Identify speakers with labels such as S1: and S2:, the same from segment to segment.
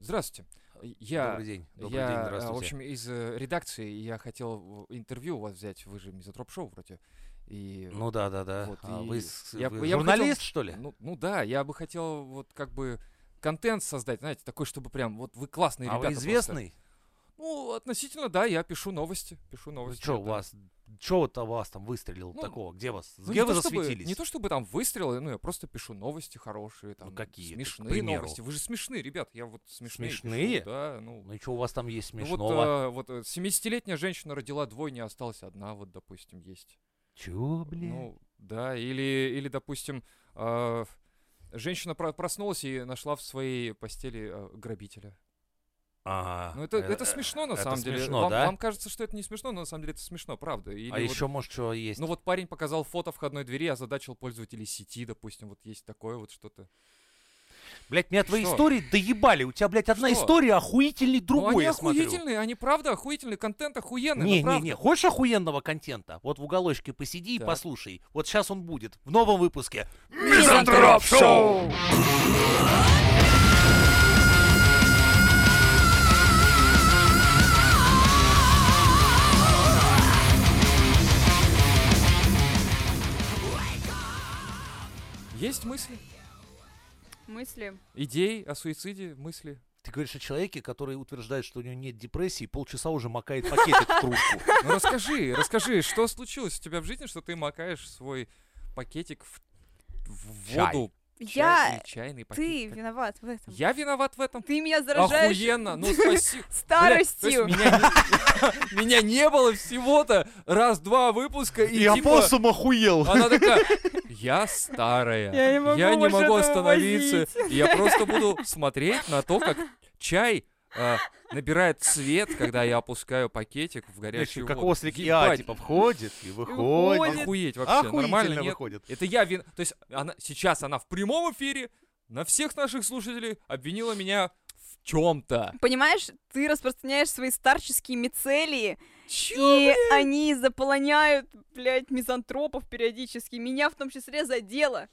S1: Здравствуйте. Я,
S2: Добрый день. Добрый
S1: я,
S2: день,
S1: э,
S2: здравствуйте.
S1: В общем, из э, редакции я хотел э, интервью у вас взять. Вы же мизотроп-шоу вроде. И,
S2: ну да, да, да.
S1: вот,
S2: А
S1: и
S2: вы, с-
S1: я
S2: вы
S1: бы- я бы хотел-
S2: журналист, что ли?
S1: ну, ну да, я бы хотел вот как бы контент создать, знаете, такой, чтобы прям вот вы классные
S2: а
S1: ребята.
S2: вы
S1: просто.
S2: известный?
S1: Ну, относительно, да, я пишу новости. Пишу
S2: Вы
S1: новости.
S2: Ну что у
S1: да.
S2: вас? Что это вас там выстрелил
S1: Ну,
S2: такого? Где вас?
S1: Ну,
S2: Где
S1: не
S2: вы
S1: то чтобы-
S2: засветились? Ну
S1: не то чтобы там выстрелы, ну я просто пишу новости хорошие, там
S2: какие, так, к
S1: смешные
S2: примеру?
S1: новости. Вы же смешные, ребят, я вот смешные. пишу,
S2: Смешные?
S1: да, ну.
S2: Ну и что у вас там есть
S1: ну
S2: смешного?
S1: вот, а, вот э, 70-летняя женщина родила двойня, осталась одна, вот, допустим, есть.
S2: Чё, блин?
S1: Ну, да, или, или допустим, а, женщина про- проснулась и нашла в своей постели а, грабителя.
S2: а,
S1: Ну, это,
S2: э,
S1: это смешно, на
S2: это
S1: самом деле.
S2: смешно,
S1: вам,
S2: да?
S1: вам кажется, что это не смешно, но на самом деле это смешно, правда. Или
S2: а
S1: вот-
S2: еще, может, что есть?
S1: ну вот парень показал фото входной двери, озадачил пользователей сети, допустим, вот есть такое вот что-то. Ну,
S2: Блять, меня твои
S1: что?
S2: истории доебали. У тебя, блядь, одна
S1: Что?
S2: история охуительней другой,
S1: ну, они
S2: я смотрю.
S1: охуительные, они правда охуительные, контент охуенный, ну,
S2: Не, не,
S1: правда.
S2: не, хочешь охуенного контента? Вот в уголочке посиди
S1: Так.
S2: и послушай. Вот сейчас он будет в новом выпуске.
S1: Мизантроп Шоу! Есть мысли,
S3: Мысли.
S1: идеи о суициде, мысли.
S2: Ты говоришь о человеке, который утверждает, что у него нет депрессии, и полчаса уже макает пакетик в кружку.
S1: Ну расскажи, расскажи, что случилось у тебя в жизни, что ты макаешь свой пакетик в, в
S2: Чай.
S1: воду? чай
S3: Я...
S1: или чайный
S3: Ты
S1: пакетик?
S3: виноват в этом.
S1: Я виноват в этом?
S3: Ты меня заражаешь
S1: Охуенно, ну спасибо. Бля, то есть
S3: старостью.
S1: меня, не, меня не было всего-то раз-два выпуска, и, типа,
S2: охуел.
S1: она такая, я старая,
S3: Я не могу больше этого
S1: остановиться, и я просто буду смотреть на то, как чай а, набирает цвет, когда я опускаю пакетик в горячую воду.
S2: Какого слегка,
S1: Ебать,
S2: типа, входит и
S3: выходит.
S2: выходит.
S1: Охуеть вообще, нормально,
S2: Охуительно
S1: нет?
S2: выходит.
S1: Это я вин... То есть она... сейчас она в прямом эфире на всех наших слушателей обвинила меня в чем-то.
S3: Понимаешь, ты распространяешь свои старческие мицелии,
S1: Чё?
S3: и они заполоняют, блядь, мизантропов периодически. Меня в том числе задело.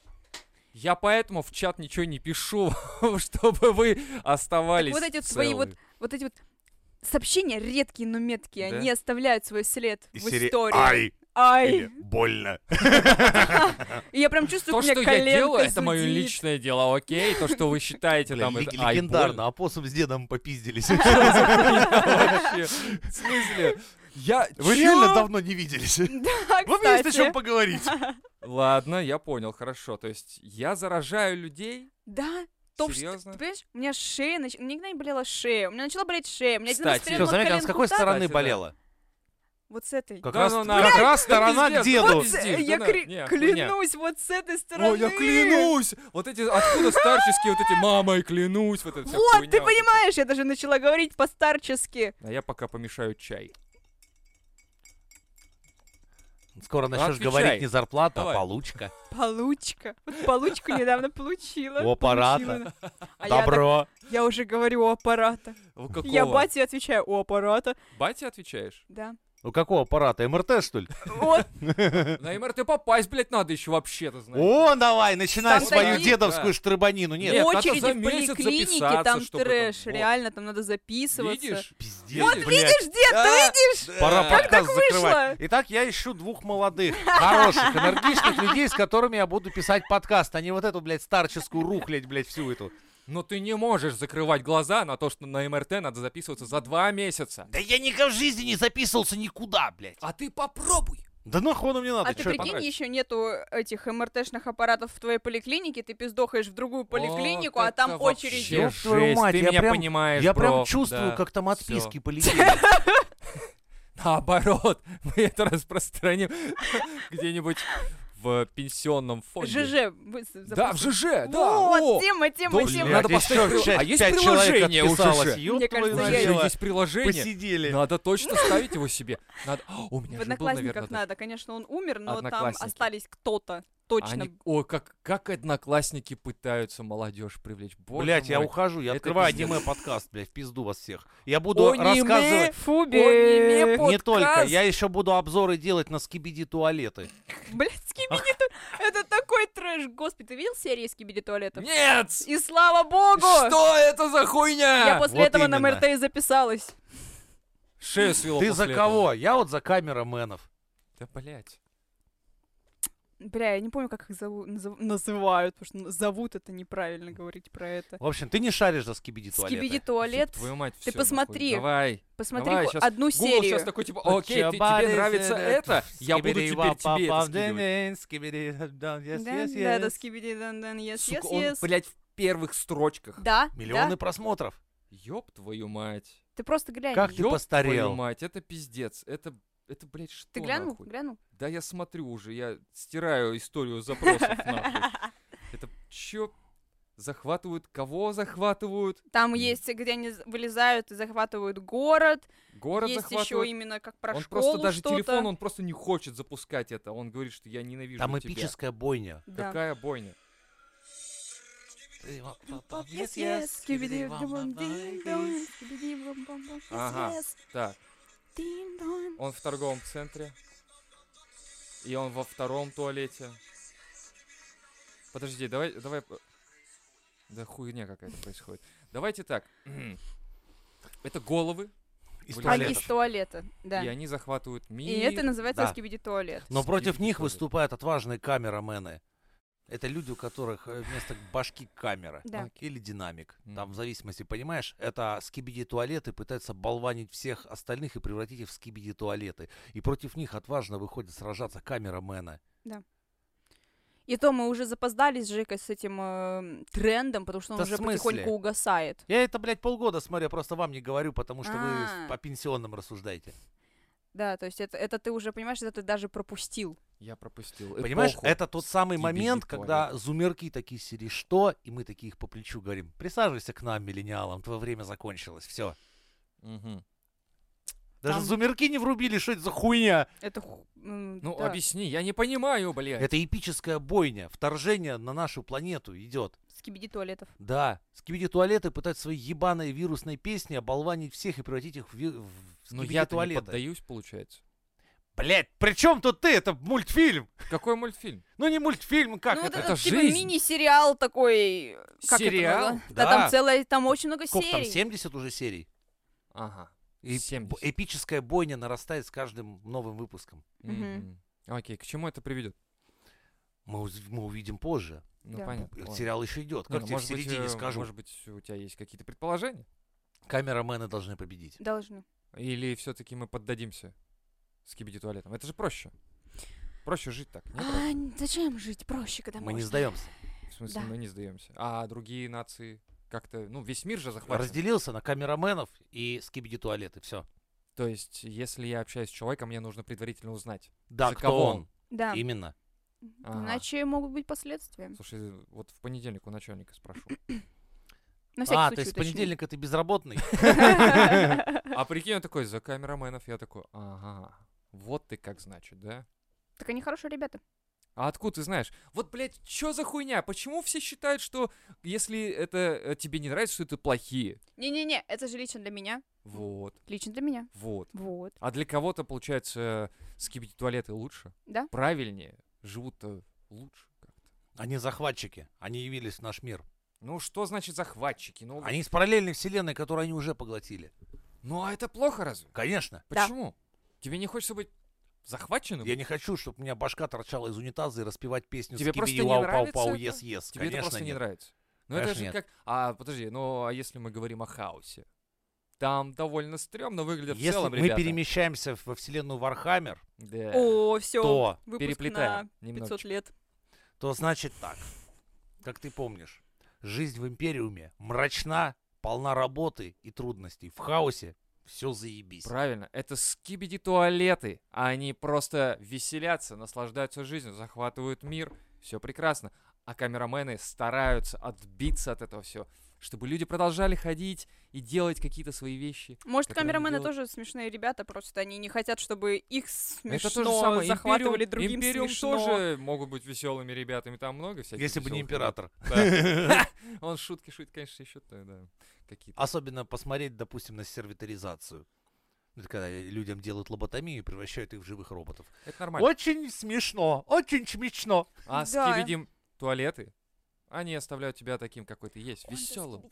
S1: Я поэтому в чат ничего не пишу, чтобы вы оставались
S3: Так вот эти вот свои вот
S1: целы.
S3: Вот эти вот сообщения редкие, но меткие,
S1: Да?
S3: они оставляют свой след
S2: Из
S3: в
S2: серии
S3: истории.
S2: Ай! или
S3: Ай!
S2: больно.
S3: И я прям чувствую,
S1: То,
S3: как
S1: что
S3: меня
S1: я
S3: коленка
S1: делаю, это мое
S3: зудит.
S1: личное дело, окей? То, что вы считаете
S2: Бля,
S1: там...
S2: лег-
S1: это- ай,
S2: Легендарно, опоссум с дедом попиздились.
S1: больно. Вообще, В смысле? Я...
S2: Вы
S1: чё?
S2: реально давно не виделись.
S3: Да,
S2: Вам есть о чем
S3: кстати.
S2: поговорить.
S1: Ладно, я понял, хорошо. То есть я заражаю людей?
S3: Да, том, что-
S1: Серьезно?
S3: ты понимаешь, у меня шея, нач... никогда не болела шея, у меня начала болеть шея, у меня один раз
S1: Кстати, а
S3: переломала коленку так,
S1: стороны болела?
S3: Вот с этой.
S2: Как
S1: Да,
S2: раз
S1: ну,
S2: как
S1: нахуй.
S2: раз сторона
S1: пиздец,
S2: к
S1: вот
S2: деду.
S1: пиздец,
S3: Э,
S1: да
S3: Я
S1: на-
S3: кри-
S1: не, хуйня.
S3: клянусь, вот с этой стороны.
S1: О, я клянусь! Вот эти, откуда старческие вот эти «мамой клянусь», вот это вся
S3: Вот,
S1: хуйня
S3: ты
S1: вот
S3: понимаешь, я даже начала говорить по-старчески.
S1: эта. А я пока помешаю чай.
S2: Скоро начнешь
S1: Отвечай.
S2: говорить не зарплата, а
S1: Давай.
S2: получка.
S3: Получка. Вот получку недавно получила.
S2: У аппарата.
S3: получила. А я, так-
S2: Добро.
S3: я уже говорю у аппарата.
S1: У какого?
S3: Я бате отвечаю, у аппарата.
S1: Батя отвечаешь?
S3: Да.
S2: У какого аппарата? МРТ, что ли?
S3: Вот,
S1: На МРТ попасть, блядь, надо еще вообще-то знать.
S2: О, давай, начинай
S3: Там
S2: свою
S3: такие-
S1: Да.
S2: дедовскую штрабанину. Нет,
S1: Нет, надо
S3: очереди
S1: за
S3: в
S1: месяц
S3: поликлинике,
S1: записаться,
S3: там
S1: чтобы там-
S3: трэш,
S1: вот.
S3: реально, там надо записываться.
S1: Видишь?
S2: пиздец,
S3: Вот
S2: блядь.
S3: видишь, дед,
S1: А,
S3: ты видишь?
S2: Пора
S1: Э,
S2: подкаст
S3: так вышло?
S2: закрывать. Итак, я ищу двух молодых, хороших, энергичных людей, с которыми я буду писать подкаст, а не вот эту, блядь, старческую рухлядь, блядь, всю эту.
S1: Но ты не можешь закрывать глаза на то, что на МРТ надо записываться за два месяца.
S2: Да я никогда в жизни не записывался никуда, блядь.
S1: А ты попробуй.
S2: Да нахуй оно мне надо?
S3: А ты
S2: чё я
S3: прикинь,
S2: понравился?
S3: еще нету этих МРТшных аппаратов в твоей поликлинике, ты пиздохаешь в другую поликлинику, а
S1: это
S3: там
S1: вообще
S3: очередь.
S2: Ёб
S1: жесть,
S2: твою мать,
S1: ты
S2: я
S1: меня
S2: прям-
S1: понимаешь,
S2: Я прям
S1: бро,
S2: чувствую,
S1: да.
S2: как там
S1: всё.
S2: отписки полетели.
S1: Наоборот, мы это распространим где-нибудь в пенсионном фонде.
S3: ЖЖ. вы с-
S1: Да, в
S3: запустите.
S1: ЖЖ, да.
S3: Вот,
S1: о.
S3: тема, тема,
S1: Блин,
S3: тема.
S1: надо
S2: Блядь,
S1: поставить
S2: ещё
S1: прил-
S2: шесть-
S1: А есть
S2: пять человек
S1: приложение у
S2: отписалось.
S1: ЖЖ?
S2: Ёб
S3: Мне
S2: твою
S3: кажется,
S1: Знаешь,
S2: мать,
S3: я-
S1: Есть приложение.
S2: Посидели.
S1: Надо точно ставить его себе. Надо... А, У меня же был,
S3: В
S1: наверное,
S3: одноклассниках
S1: даже-
S3: надо, конечно, он умер, но там
S1: Одноклассники.
S3: остались кто-то.
S1: А
S3: Точно.
S1: они- О, как, как одноклассники пытаются молодежь привлечь. Боже
S2: Блять, я
S1: мой.
S2: ухожу, я
S1: Это
S2: открываю
S1: пиздец.
S2: аниме подкаст, блядь, в пизду вас всех. Я буду
S1: Аниме?
S2: рассказывать.
S3: Фуби.
S1: О,
S2: Не только,
S1: подкаст?
S2: я еще буду обзоры делать на скибиди туалеты.
S3: Блядь, скибиди Это такой Такой трэш, господи, ты видел серии из кибели туалетов?
S1: Нет!
S3: И слава богу!
S1: Что это за
S3: Я
S1: хуйня?
S3: после
S2: вот
S3: этого на
S2: именно.
S3: МРТ и записалась.
S1: Шею свело
S2: Ты за
S1: после этого.
S2: кого? Я вот за камераменов.
S1: Да, блядь.
S3: Бля, я не помню, как их зову- назов- называют, потому что зовут это неправильно говорить про это.
S2: В общем, ты не шаришь за скибиди туалеты.
S3: Скибиди туалет.
S1: Ёб Твою мать,
S3: Ты
S1: всё,
S3: посмотри.
S1: нахуй, Давай.
S3: Посмотри
S1: Давай,
S3: хоть
S1: щас
S3: одну
S1: Google
S3: серию.
S1: сейчас такой, типа, окей, ты- тебе
S2: э,
S1: нравится это, я буду теперь тебе это скидывать.
S3: Да, да, да, скибиди, да, да, yes,
S1: Сука,
S3: yes,
S1: он,
S3: yes.
S1: блядь, в первых строчках.
S3: Да,
S2: Миллионы
S3: да.
S2: просмотров.
S1: Ёб твою мать.
S3: Ты просто глянь.
S2: Как ты
S1: Ёб
S2: постарел.
S1: твою мать, это пиздец. Это, это блядь, что
S3: Ты глянул?
S1: нахуй?
S3: Глянул?
S1: Да я смотрю уже, я стираю историю запросов нахуй. Это чё? Захватывают? Кого захватывают?
S3: Там есть, где они з- вылезают и захватывают город.
S1: Город
S3: есть еще
S1: захватывают?
S3: именно как про
S1: он
S3: школу
S1: просто даже
S3: что-то.
S1: телефон, он просто не хочет запускать это. Он говорит, что я ненавижу
S2: Там
S1: тебя.
S2: эпическая бойня.
S3: Да.
S1: Какая бойня.
S3: Yes, yes, скибиди, бам, динь, дон, скибиди, бам, бам, бам, yes,
S1: Ага.
S3: yes,
S1: Так,
S3: динь, дон.
S1: он в торговом центре. И он во втором туалете. Подожди, давай, давай... э, Да хуйня какая-то происходит. Давайте так. Это головы,
S2: Из
S1: Блин.
S3: Они из
S2: туалетов.
S3: туалета, А да.
S1: и они захватывают мир.
S3: И это называется
S2: Да.
S3: скибиди туалет.
S2: Но против
S1: скибиди
S2: них
S1: туалет.
S2: выступают отважные камерамены. Это люди, у которых э, вместо башки камера
S3: Да.
S2: или динамик.
S1: Мгм.
S2: Там в зависимости, понимаешь, это скибиди туалеты пытаются болванить всех остальных и превратить их в скибиди туалеты. И против них отважно выходят сражаться камерамены.
S3: И то мы уже запоздали с Жикой с этим э, трендом, потому что он
S2: Да в
S3: уже
S2: смысле?
S3: потихоньку угасает.
S2: Я это, блядь, полгода смотрю, я просто вам не говорю, потому что вы с-
S3: А.
S2: по пенсионным рассуждаете.
S3: Да, то есть это, это ты уже понимаешь, это ты даже пропустил.
S1: Я пропустил.
S2: Понимаешь,
S1: эпоху.
S2: это тот самый
S1: скибиди
S2: момент, когда зумерки такие серии «Что?» И мы такие их по плечу говорим «Присаживайся к нам, миллениалам, твое время закончилось, все».
S1: Мгм.
S2: Даже
S3: Там-
S2: зумерки не врубили, что это за хуйня.
S3: Это ху- м,
S1: Ну
S3: да.
S1: объясни, я не понимаю, блядь.
S2: Это эпическая бойня. Вторжение на нашу планету идет.
S3: Скибиди туалетов.
S2: Да. Скибиди туалеты пытаются свои ебаные вирусные песни оболванить всех и превратить их в, ви- в
S1: Но Ну,
S2: скибиди
S1: я не
S2: туалеты.
S1: поддаюсь, получается.
S2: Блять, при чем тут ты? Это мультфильм.
S1: Какой мультфильм?
S2: Ну не мультфильм, как
S3: ну, вот
S2: это?
S1: это
S3: этот, типа
S1: жизнь.
S3: мини-сериал такой. Как это
S1: Сериал?
S3: было? Да. там
S2: Да.
S3: целая, там очень много
S2: Сколько там,
S3: серий.
S2: 70 уже серий?
S1: Ага.
S2: И б-
S1: 70.
S2: эпическая бойня нарастает с каждым новым выпуском.
S3: Мгм.
S1: Мгм. Окей, к чему это приведет?
S2: Мы, уз- мы увидим позже.
S1: Ну
S3: Да.
S1: понятно.
S2: Э,
S1: ладно.
S2: Сериал еще идет.
S1: Не, ну,
S2: Как тебе в
S1: может быть,
S2: середине
S1: э,
S2: скажу?
S1: Может быть, у тебя есть какие-то предположения?
S2: Камерамены должны победить.
S3: Должны.
S1: Или все-таки мы поддадимся скибиди туалетом? Это же проще. Проще жить так. не правда?
S3: А, зачем жить проще, когда
S2: Мы
S3: можно?
S2: не сдаемся.
S1: В смысле,
S3: да.
S1: мы не сдаемся. А другие нации как-то, ну, весь мир же захвачен.
S2: Разделился на камераменов и скибиди туалеты. Все.
S1: То есть, если я общаюсь с человеком, мне нужно предварительно узнать.
S2: Да,
S1: За
S2: кто
S1: кого
S2: он?
S3: Да.
S2: Именно. А.
S1: Ага.
S3: Иначе могут быть последствия.
S1: Слушай, вот в понедельник у начальника спрошу.
S3: На всякий
S2: А,
S3: случай
S2: то есть с
S3: уточню.
S2: понедельника ты безработный?
S1: А прикинь, он такой, за камераменов. Я такой, ага, вот ты как значит, да?
S3: Так они хорошие ребята.
S1: А откуда ты знаешь? Вот, блядь, чё за хуйня? Почему все считают, что если это э, тебе не нравится, что это плохие?
S3: Не-не-не, это же лично для меня.
S1: Вот,
S3: Лично для меня.
S1: вот.
S3: Вот.
S1: А для кого-то, получается, скибить туалеты лучше?
S3: Да.
S1: Правильнее, живут-то лучше. как-то.
S2: Они захватчики. Они явились в наш мир.
S1: Ну, что значит захватчики? Ну,
S2: Они из параллельной вселенной, которую они уже поглотили.
S1: ну а это плохо разве?
S2: Конечно.
S3: Да.
S1: Почему? Тебе не хочется быть захваченным?
S2: Я не хочу, чтобы у меня башка торчала из унитаза и распевать песню
S1: Тебе просто
S2: «Скибиди
S1: не
S2: вау пау
S1: нравится
S2: пау
S1: это?
S2: ес ес».
S1: Тебе это
S2: Конечно,
S1: просто не
S2: нет.
S1: нравится. Ну это
S2: Конечно,
S1: же
S2: нет.
S1: как... А, подожди, ну а если мы говорим о хаосе? Там довольно стрёмно выглядят в
S2: Если
S1: целом,
S2: мы
S1: ребята.
S2: перемещаемся во вселенную Вархаммер,
S1: Да.
S3: О, все.
S2: то,
S3: Выпуск
S1: Э, Переплетаем
S3: на 500
S1: немножечко.
S3: лет.
S2: то значит так. Как ты помнишь, жизнь в Империуме мрачна, полна работы и трудностей. В хаосе все заебись.
S1: Правильно, это скибиди туалеты. Они просто веселятся, наслаждаются жизнью, захватывают мир. Все прекрасно. А камерамены стараются отбиться от этого все, чтобы люди продолжали ходить и делать какие-то свои вещи.
S3: Может,
S1: Которые они
S3: камерамены
S1: делают.
S3: тоже смешные ребята, просто они не хотят, чтобы их смешно
S1: это то же самое.
S3: захватывали
S1: Империум,
S3: другим
S1: Империум
S3: смешно.
S1: тоже могут быть веселыми ребятами. Там много всяких
S2: Если бы не
S1: весёлых ребят.
S2: император.
S1: Да. Он шутки шутит, конечно, еще то, да. э, Какие-то.
S2: Особенно посмотреть, допустим, на сервиторизацию. Ну, Это когда людям делают лоботомию и превращают их в живых роботов.
S1: Это нормально.
S2: Очень смешно, очень смешно.
S1: А с
S3: Да.
S1: видим туалеты, они оставляют тебя таким, какой ты есть, веселым.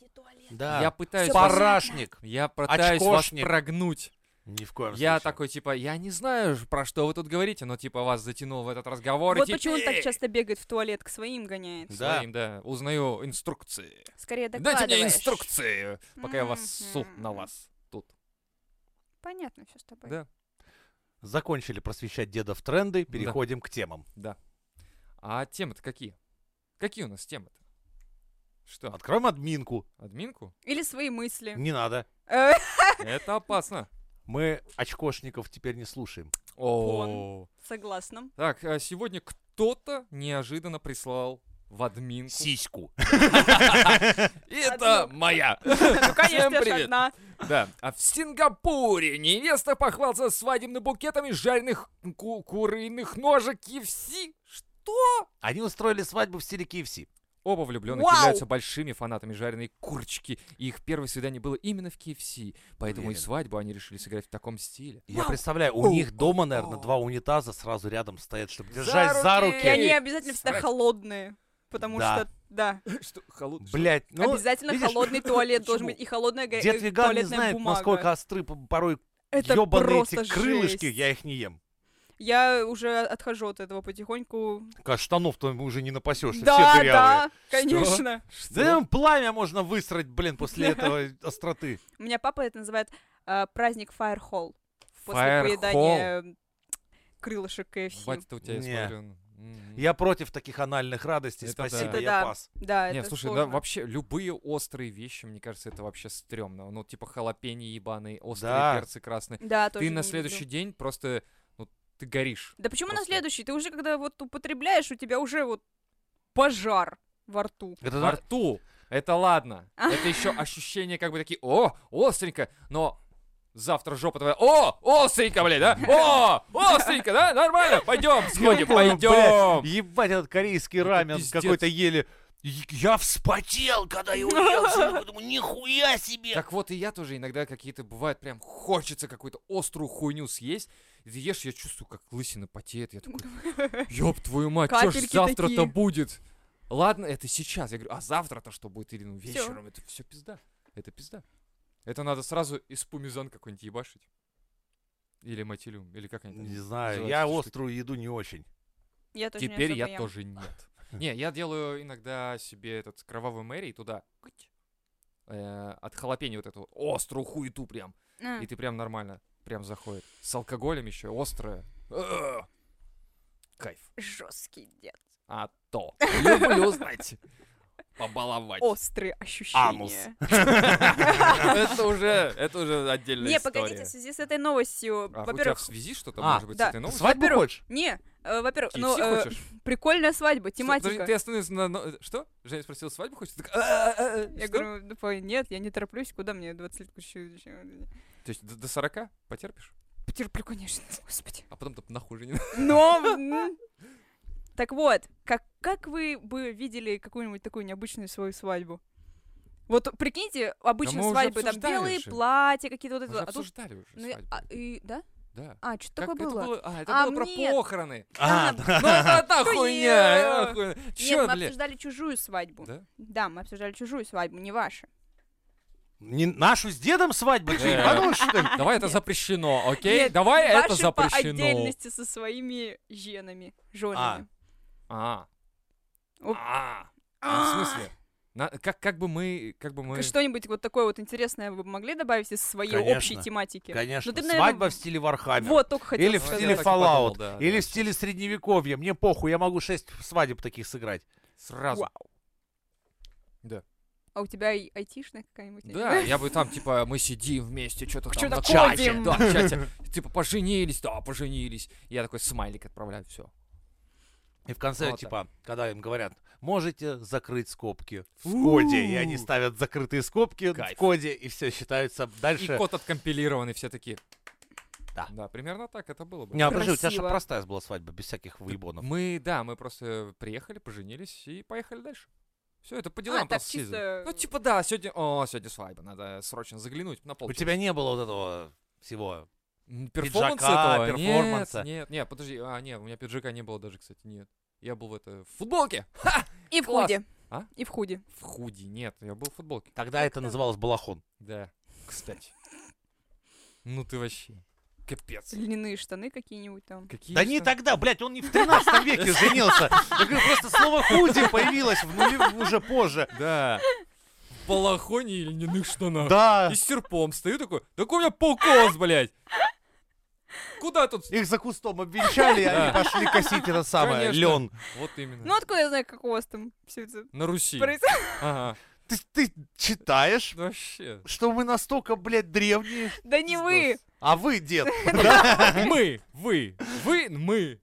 S2: Да.
S1: Я пытаюсь... вас-
S2: парашник.
S1: Я пытаюсь вас
S2: Очкошник.
S1: прогнуть.
S2: Ни в коем
S1: Я
S2: случае.
S1: такой, типа, я не знаю, про что вы тут говорите, но, типа, вас затянул в этот разговор. и
S3: Вот
S1: типа,
S3: почему он так
S1: «Эй!»
S3: часто бегает в туалет, к своим гоняет.
S2: Да.
S1: Своим, да. Узнаю инструкции.
S3: Скорее
S1: Дайте мне
S3: докладываешь.
S1: инструкции, пока я вас ссу на
S3: Мгм.
S1: вас. Тут.
S3: Понятно все с тобой.
S1: Да.
S2: Закончили просвещать деда в тренды,
S1: Да.
S2: переходим к темам.
S1: А темы-то какие? Какие у нас темы-то? Что,
S2: Откроем админку.
S1: админку?
S3: Или свои мысли.
S2: Не надо.
S3: Э,
S1: Это опасно.
S2: Мы очкошников теперь не слушаем.
S1: О.
S3: Согласна. Ну,
S1: Так, а сегодня кто-то неожиданно прислал в админку.
S2: Сиську.
S1: Это
S3: Одну.
S1: моя.
S3: Ну, конечно, я ж
S1: привет.
S3: одна.
S1: Да. А в Сингапуре невеста похвалится свадебными букетами жареных ку- куриных ножек KFC. Что?
S2: Они устроили свадьбу в стиле KFC.
S1: Оба влюбленных
S3: Вау!
S1: являются большими фанатами жареной курочки. И их первое свидание было именно в KFC. Поэтому и
S2: Уверен.
S1: свадьбу они решили сыграть в таком стиле.
S2: Я представляю, у
S1: Оу.
S2: них дома, наверное,
S1: О.
S2: два унитаза сразу рядом стоят, чтобы держать за
S1: руки!
S3: И
S2: руки.
S3: они обязательно всегда
S1: Срать.
S3: холодные. Потому
S2: Да.
S3: что, да,
S1: Что, холодно?
S2: Блять, ну,
S3: обязательно
S2: видишь,
S3: холодный туалет должен
S2: почему?
S3: быть и холодная га-
S2: дед
S3: э,
S2: веган не
S3: туалетная
S2: знает,
S3: бумага.
S2: насколько остры п- порой
S3: Это
S2: ёбаные
S3: просто
S2: эти крылышки,
S3: жесть.
S2: я их не ем.
S3: Я уже отхожу от этого потихоньку.
S2: Штанов-то уже не напасешься,
S3: да,
S2: все дырявые.
S3: да, конечно.
S2: Да там пламя можно высрать, блин, после этого э, остроты.
S3: У меня папа это называет э, праздник Fire Hall. После
S1: Fire
S3: поедания э, крылышек KFC.
S1: Батя-то у тебя, я
S2: Не.
S1: смотрю. М-м-м. н- м.
S2: Я против таких анальных радостей,
S1: Это
S2: спасибо,
S1: да.
S3: Это
S2: я
S3: да.
S2: пас.
S3: Да,
S1: Не,
S3: А это
S1: слушай, да,
S3: сложно.
S1: вообще любые острые вещи, мне кажется, это вообще стрёмно. Ну, типа халапеньи ебаные, острые
S2: Да.
S1: перцы красные.
S3: Да, тоже
S1: ты на
S3: не
S1: следующий
S3: люблю.
S1: день просто, ну, ты горишь.
S3: Да почему на
S1: просто.
S3: следующий? Ты уже когда вот употребляешь, у тебя уже вот пожар во рту.
S2: Это
S1: Во
S2: да,
S1: рту. Это ладно. Это еще ощущение как бы такие, о, остренько, но завтра жопа твоя, о, остренько, блядь, да? О, остренько, да? Нормально, пойдем, сходим,
S2: Блядь,
S1: пойдем.
S2: Ебать, этот корейский
S1: Это
S2: рамен
S1: пиздец.
S2: какой-то еле. И- Я вспотел, когда я уел, сегодня, потому нихуя себе!
S1: Так вот и я тоже иногда какие-то бывает прям хочется какую-то острую хуйню съесть. И ты ешь, я чувствую, как лысина потеет. Я такой, ёб твою мать, что ж
S3: Капельки
S1: завтра-то
S3: такие.
S1: будет? Ладно, это сейчас. Я говорю, а завтра-то что будет? Или ну, вечером? Это все пизда. Это пизда. Это надо сразу из пумизан какой-нибудь ебашить. Или матилюм, или как они там.
S2: Не знаю,
S1: называются
S2: я
S1: эти штуки?
S2: острую еду не очень.
S3: Я тоже не
S1: Теперь
S3: особо
S1: я
S3: ем.
S1: тоже нет. Не, я делаю иногда себе этот кровавый Мэри и туда кыть, э, от халапеньо вот эту острую хуету прям.
S3: А,
S1: И ты прям нормально, прям заходит. С алкоголем еще острое. Э, Кайф.
S3: Жесткий дед.
S1: А то. Люблю, знаете, побаловать.
S3: Острые ощущения.
S1: Это уже, это уже отдельная
S3: Не, погодите,
S1: история.
S3: в связи с этой новостью,
S1: А у тебя
S3: во-первых,
S1: в связи что-то,
S2: А,
S1: может быть, с
S3: да.
S1: этой новостью?
S2: Свадьбу хочешь?
S3: не, э, во-первых,
S1: KFC
S3: ну, э,
S1: хочешь? Что,
S3: прикольная свадьба,
S1: подожди,
S3: тематика.
S1: Ты остановился на... но- Что? Женя спросила, свадьбу хочешь? Ты так, «А, а, а, что?»
S3: Я говорю, ну, по- нет, я не тороплюсь, куда мне 20 лет еще- еще-
S1: То есть до до 40 потерпишь?
S3: Потерплю, конечно, господи.
S1: А потом то нахуй жене.
S3: Но... м, Так вот, как, как вы бы видели какую-нибудь такую необычную свою свадьбу? Вот прикиньте, обычно
S1: мы уже
S3: свадьбы, там
S1: обсуждали
S3: белые
S1: же.
S3: платья, какие-то вот
S1: Мы
S3: это.
S1: же
S3: а тут-
S1: обсуждали уже
S3: ну, я-
S1: свадьбу.
S3: а, и- да?
S1: Да.
S3: А, что-то
S1: Как
S3: такое
S1: это
S3: было?
S1: было? А, это
S3: А,
S1: было про
S3: нет.
S1: похороны.
S2: А,
S3: А,
S2: да.
S1: Ну, это та
S3: Хуя.
S1: хуйня, э, хуйня.
S3: Нет,
S1: Чё,
S3: мы
S1: блядь?
S3: обсуждали чужую свадьбу.
S1: Да?
S3: Да, мы обсуждали чужую свадьбу, не вашу.
S2: Не нашу с дедом свадьбу, ты
S1: Э.
S2: ебанул, что ли?
S1: Давай это запрещено, окей?
S3: Нет,
S1: Давай это
S3: Ваши по
S1: запрещено.
S3: отдельности со своими женами, женами.
S1: А.
S3: Оп.
S1: А. А, В смысле? На- как, как бы мы, как бы мы...
S3: Что-нибудь вот такое вот интересное вы бы могли добавить из своей общей
S2: Конечно.
S3: тематики?
S2: Конечно,
S3: Ну, ты, наверное,
S2: свадьба в стиле Вархаммер.
S3: Вот, только хотела
S2: Или в
S1: Ну, я
S3: сказать.
S2: стиле
S1: так и подумал,
S2: Fallout,
S1: да,
S2: Или
S1: да,
S2: в стиле средневековья, мне похуй, я могу шесть свадеб таких сыграть.
S1: Сразу.
S3: Вау.
S1: Да.
S3: А у тебя и айтишная какая-нибудь? я не
S1: Да,
S3: знаю.
S1: я бы там, типа, мы сидим вместе, что-то там
S3: Чё-то
S1: на
S3: кодим.
S1: Да, в чате. Типа, поженились, да, поженились. Я такой смайлик отправляю, все.
S2: И в конце,
S1: Вот
S2: типа, когда им говорят, можете закрыть скобки в коде, и они
S1: У.
S2: ставят закрытые скобки в
S1: Кайф.
S2: коде, и все считается
S1: И
S2: дальше.
S1: код откомпилированный, все такие.
S2: Да.
S1: Да, примерно так это было бы.
S2: Не, а подожди, у тебя же
S3: Красиво.
S2: простая была свадьба, без всяких выебонов.
S1: Мы, да, мы просто приехали, поженились и поехали дальше. Все, это по делам
S3: А, так
S1: просто съездили.
S3: чисто-
S1: Ну, типа, да, сегодня... О, сегодня свадьба, надо срочно заглянуть на
S2: У
S1: полчаса.
S2: тебя не было вот этого всего
S1: М, Перформанса
S2: Пиджака,
S1: этого?
S2: перформанса.
S1: Нет, нет, нет, подожди. А, нет, у меня пиджака не было даже, кстати, нет. Я был в это, в футболке. Ха!
S3: И в
S1: Класс.
S3: худи.
S1: А?
S3: И в худи.
S1: В худи, нет, я был в футболке.
S2: Тогда это называлось балахон.
S1: Да, кстати. Ну ты вообще, капец.
S3: Льняные штаны какие-нибудь там.
S1: Какие
S2: Да не
S1: штаны?
S2: тогда, блядь, он не в 13 веке женился. Я говорю, просто слово худи появилось в нуле- уже позже.
S1: Да. В балахоне и льняных штанах.
S2: Да,
S1: И с серпом стою такой, так у меня полкос, блядь. Куда тут?
S2: их за кустом обвенчали, и они
S1: Да.
S2: пошли косить это самое,
S1: Конечно.
S2: лен.
S1: Вот именно.
S3: Ну откуда я знаю, как у вас там все это
S1: На Руси.
S3: происходит?
S1: Ага.
S2: Ты, ты читаешь,
S1: Вообще.
S2: что мы настолько, блядь, древние.
S3: Да не вы!
S2: А вы, дед,
S1: Мы, вы, вы, мы.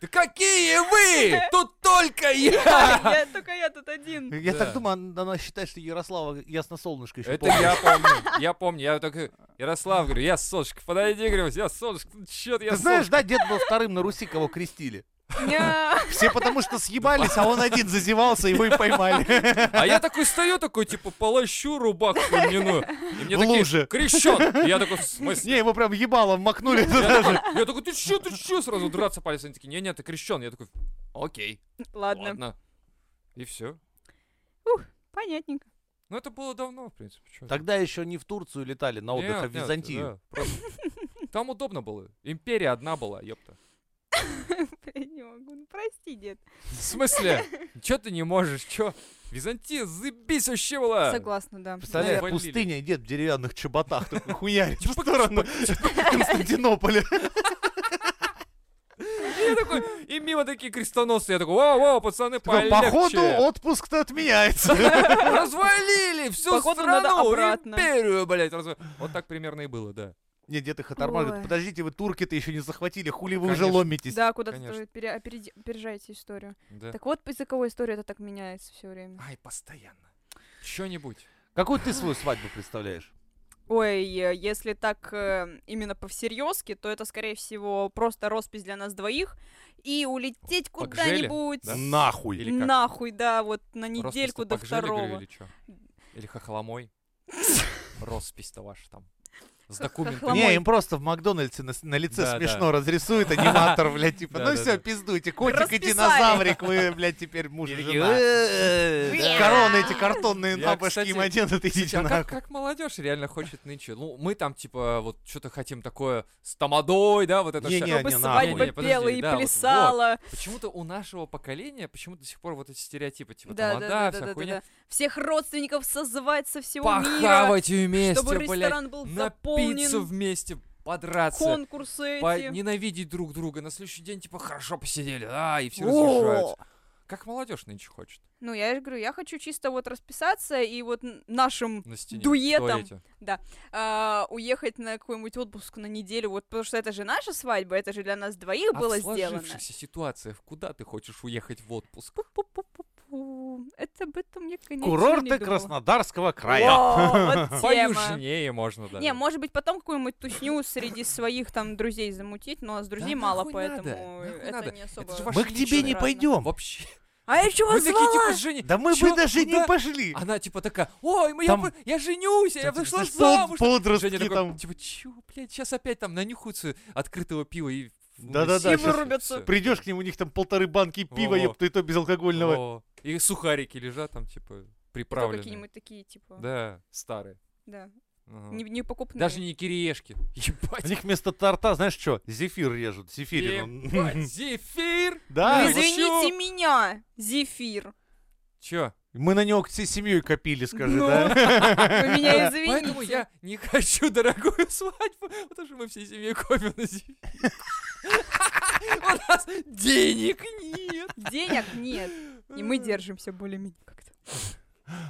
S1: Да какие вы? Тут только я.
S3: Я только я тут один.
S2: я
S1: Да.
S2: так думаю, она, она считает, что Ярослава Ясносолнышко еще
S1: Это я помню, я помню, я такой, Ярослав, говорю, я Солнышко, подойди, говорю, я Солнышко, чё ты, я
S2: Ты знаешь,
S1: Солнышко».
S2: да, дед был вторым на Руси, кого крестили.
S3: Ня.
S2: Все потому что съебались, а он один зазевался, его и поймали.
S1: А я такой стою, такой, типа, полощу рубаху льняную, и мне
S2: В луже.
S1: такие, крещен, И я такой, в смысле?
S2: Не, его прям ебалом макнули туда.
S1: Я такой, я такой, ты чё, ты чё, сразу драться палец, они такие, не-не, ты крещен, я такой, окей,
S3: Ладно,
S1: ладно, и все.
S3: понятненько.
S1: Ну, это было давно, в принципе, чё.
S2: Тогда еще не в Турцию летали на
S1: Нет,
S2: отдых, а в
S1: нет,
S2: Византию.
S1: да, просто. Там удобно было. Империя одна была, ёпта.
S3: Блин, Не могу. Ну, Прости, дед.
S1: В смысле? Чё ты не можешь? Чё? Византия заебись вообще была.
S3: Согласна, да.
S2: Представляешь,
S1: Да.
S2: пустыня, и дед в деревянных чеботах такой хуярит в
S1: Чпок,
S2: сторону Константинополя.
S1: Я такой, и мимо такие крестоносцы. Я такой, вау-вау, пацаны,
S2: Такой,
S1: полегче.
S2: Походу, отпуск-то отменяется.
S1: Развалили всю
S3: Походу, надо
S1: страну,
S3: обратно.
S1: империю, блядь. разв- Вот так примерно и было, да.
S2: Не, дед их оторвал, говорит,
S3: Ой.
S2: подождите, вы турки-то еще не захватили, хули вы уже
S1: Конечно.
S2: ломитесь.
S3: Да, куда-то
S1: Конечно.
S3: тоже пере- опереди- опережаете историю.
S1: Да.
S3: Так вот, из-за кого история это так меняется все время.
S1: Ай, постоянно. Что-нибудь.
S2: Какую ты свою свадьбу представляешь?
S3: Ой, э, если так э, именно по всерьезке, то это, скорее всего, просто роспись для нас двоих. И улететь
S1: Погжели,
S3: куда-нибудь
S1: да?
S2: Нахуй.
S1: Или как?
S3: нахуй, да, вот на
S1: Роспись-то
S3: недельку до
S1: погжели, говорю,
S3: второго.
S1: Или что? Или хохломой? Роспись-то ваша там. С
S3: Хо-
S1: документами.
S3: хохломой.
S2: Не, им просто в Макдональдсе на, с- на лице
S1: Да,
S2: смешно разрисует аниматор, блядь, типа,
S1: Да,
S2: ну
S1: да,
S2: все,
S1: да.
S2: пиздуйте, котик и
S3: Расписали.
S2: динозаврик, вы, блядь, теперь муж и
S1: Или
S2: жена.
S1: такие, «Э, да».
S2: Короны эти картонные
S1: Я,
S2: на башке им
S1: кстати,
S2: оденут,
S1: Кстати,
S2: идите
S1: а как,
S2: нахуй.
S1: как молодежь реально хочет нынче? Ну, мы там, типа, вот что-то хотим такое с тамадой, да, вот это
S2: Не-не,
S1: всё.
S2: не,
S3: Чтобы
S2: не,
S3: свадьба
S1: нахуй. Не, подожди,
S3: пела и
S1: да, вот,
S3: плясала.
S1: Почему-то у нашего поколения, почему до сих пор вот эти стереотипы, типа,
S3: Да,
S1: тамада,
S3: да, да,
S1: вся
S3: да, да,
S1: хуйня.
S3: да. Всех родственников созвать со всего мира,
S1: Похавать вместе,
S3: чтобы
S1: блядь,
S3: ресторан был
S1: напиться
S3: заполнен,
S1: вместе, подраться,
S3: конкурсы
S1: по-
S3: эти.
S1: ненавидеть друг друга. На следующий день, типа, хорошо посидели, а, и все
S3: О!
S1: разъезжаются. Как молодежь нынче хочет
S3: Ну, я же говорю, я хочу чисто вот расписаться и вот н- нашим
S1: на стене,
S3: Дуэтом.
S1: в туалете.
S3: а, уехать на какой-нибудь отпуск на неделю, вот потому что это же наша свадьба, это же для нас двоих
S1: А
S3: было
S1: в
S3: сделано.
S1: сложившихся ситуациях, куда ты хочешь уехать в отпуск?
S3: Пу-пу-пу-пу. Это об этом я, конечно, не
S2: Курорты
S3: думала.
S2: Краснодарского края.
S3: О, вот тема.
S1: Понюжнее можно даже.
S3: Не, может быть, потом какую-нибудь тусню среди своих там друзей замутить, но с друзей
S1: Да
S3: мало,
S1: нахуй
S3: поэтому
S1: надо, нахуй
S3: это
S1: надо.
S3: не особо...
S1: же ваш
S2: Мы к тебе не
S3: Странно.
S2: пойдем.
S1: Вообще.
S3: А я чего
S1: Вы
S3: вас
S1: такие
S3: звала?
S1: типа Женя.
S2: Да мы бы
S1: чё,
S2: даже не
S1: куда?»
S2: пошли.
S1: Она типа такая, ой, мы- я,
S2: Там-
S1: вы- я женюсь, я вышла
S2: Знаешь, под-
S1: замуж. Женя
S2: Подростки
S1: такой,
S2: там.
S1: типа, чё, блядь, сейчас опять там нанюхаются открытого пива и...
S2: Да-да-да,
S1: и
S2: щас-
S1: вырубятся.
S2: Придешь к ним, у них там полторы банки пива,
S1: Во-во.
S2: ёпта, и то безалкогольного.
S1: О, И сухарики лежат там, типа,
S3: Ну,
S1: приправленные.
S3: Какие-нибудь такие, типа, да,
S1: Да, старые. Ага.
S3: Не, не покупные.
S1: Даже не кириешки. Ебать.
S2: У них вместо торта, знаешь что, зефир режут, зефирин.
S1: Ебать, Зефир!
S3: Ну,
S1: А,
S2: Да,
S1: из-
S3: извините
S1: чё?
S3: меня, Зефир.
S1: Чё?
S2: мы на него всей семьей копили, скажи,
S3: Ну.
S2: да?
S3: Вы меня
S1: Да, А, Поэтому
S3: извините.
S1: я не хочу дорогую свадьбу, потому что мы всей семьей копим на зефир. У нас денег нет.
S3: Денег нет. И мы держимся более-менее как-то.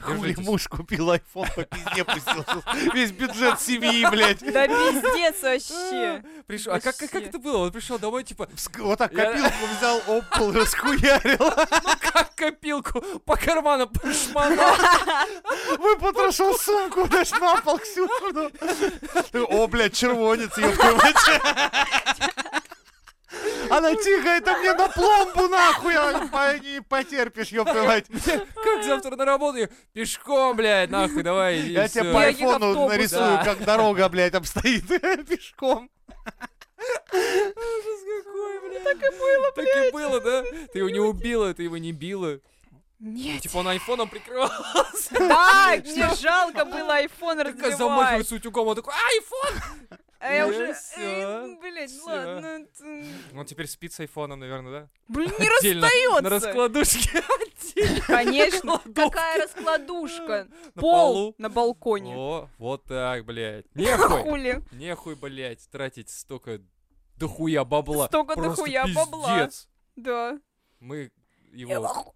S2: Хули
S1: Держитесь.
S2: муж купил айфон, по пизде пустился. Весь бюджет семьи, блядь.
S3: Да пиздец вообще.
S1: Пришел. А как, как, как
S3: Вообще.
S1: это было? Он пришел домой, типа,
S2: Вск- Вот так
S1: Я-
S2: копилку взял, опал, расхуярил.
S1: как копилку по карманам пошмонал.
S2: Выпотрошил сумку, даже на пол Ксюшу. ну. Ты, О, блядь, червонец, ёпта мать.
S4: Она тихо, это мне на пломбу нахуй, а по- не потерпишь, ёпта мать.
S1: Как завтра на работу? Пешком, блядь, нахуй, давай. и
S4: Я тебе
S1: всё.
S4: по
S3: Я еду
S4: айфону
S3: автобусом.
S4: нарисую,
S1: Да.
S4: как дорога, блядь, обстоит пешком.
S1: Ужас какой,
S3: Ну,
S1: блядь. Так и было, Так и было, да? Ты его не убила, ты его не била.
S3: Нет.
S1: Типа он айфоном прикрывал.
S3: Типа, Да, мне жалко было айфон
S1: Такая
S3: разбивать.
S1: замахивается утюгом, он такой, айфон!
S3: А я
S1: И
S3: уже...
S1: всё,
S3: Блять,
S1: всё.
S3: ладно. м,
S1: Ну, Он теперь спит с айфоном, наверное,
S3: Блин,
S1: да?
S3: не
S1: Отдельно, На
S3: расстается.
S1: раскладушке.
S3: Конечно. Какая раскладушка?
S1: На
S3: Пол
S1: полу.
S3: на балконе.
S1: О, вот так, блядь. Нехуй.
S3: Хули.
S1: Нехуй, блядь, тратить столько дохуя бабла.
S3: Столько
S1: Просто
S3: дохуя бабла.
S1: пиздец.
S3: Да.
S1: Мы его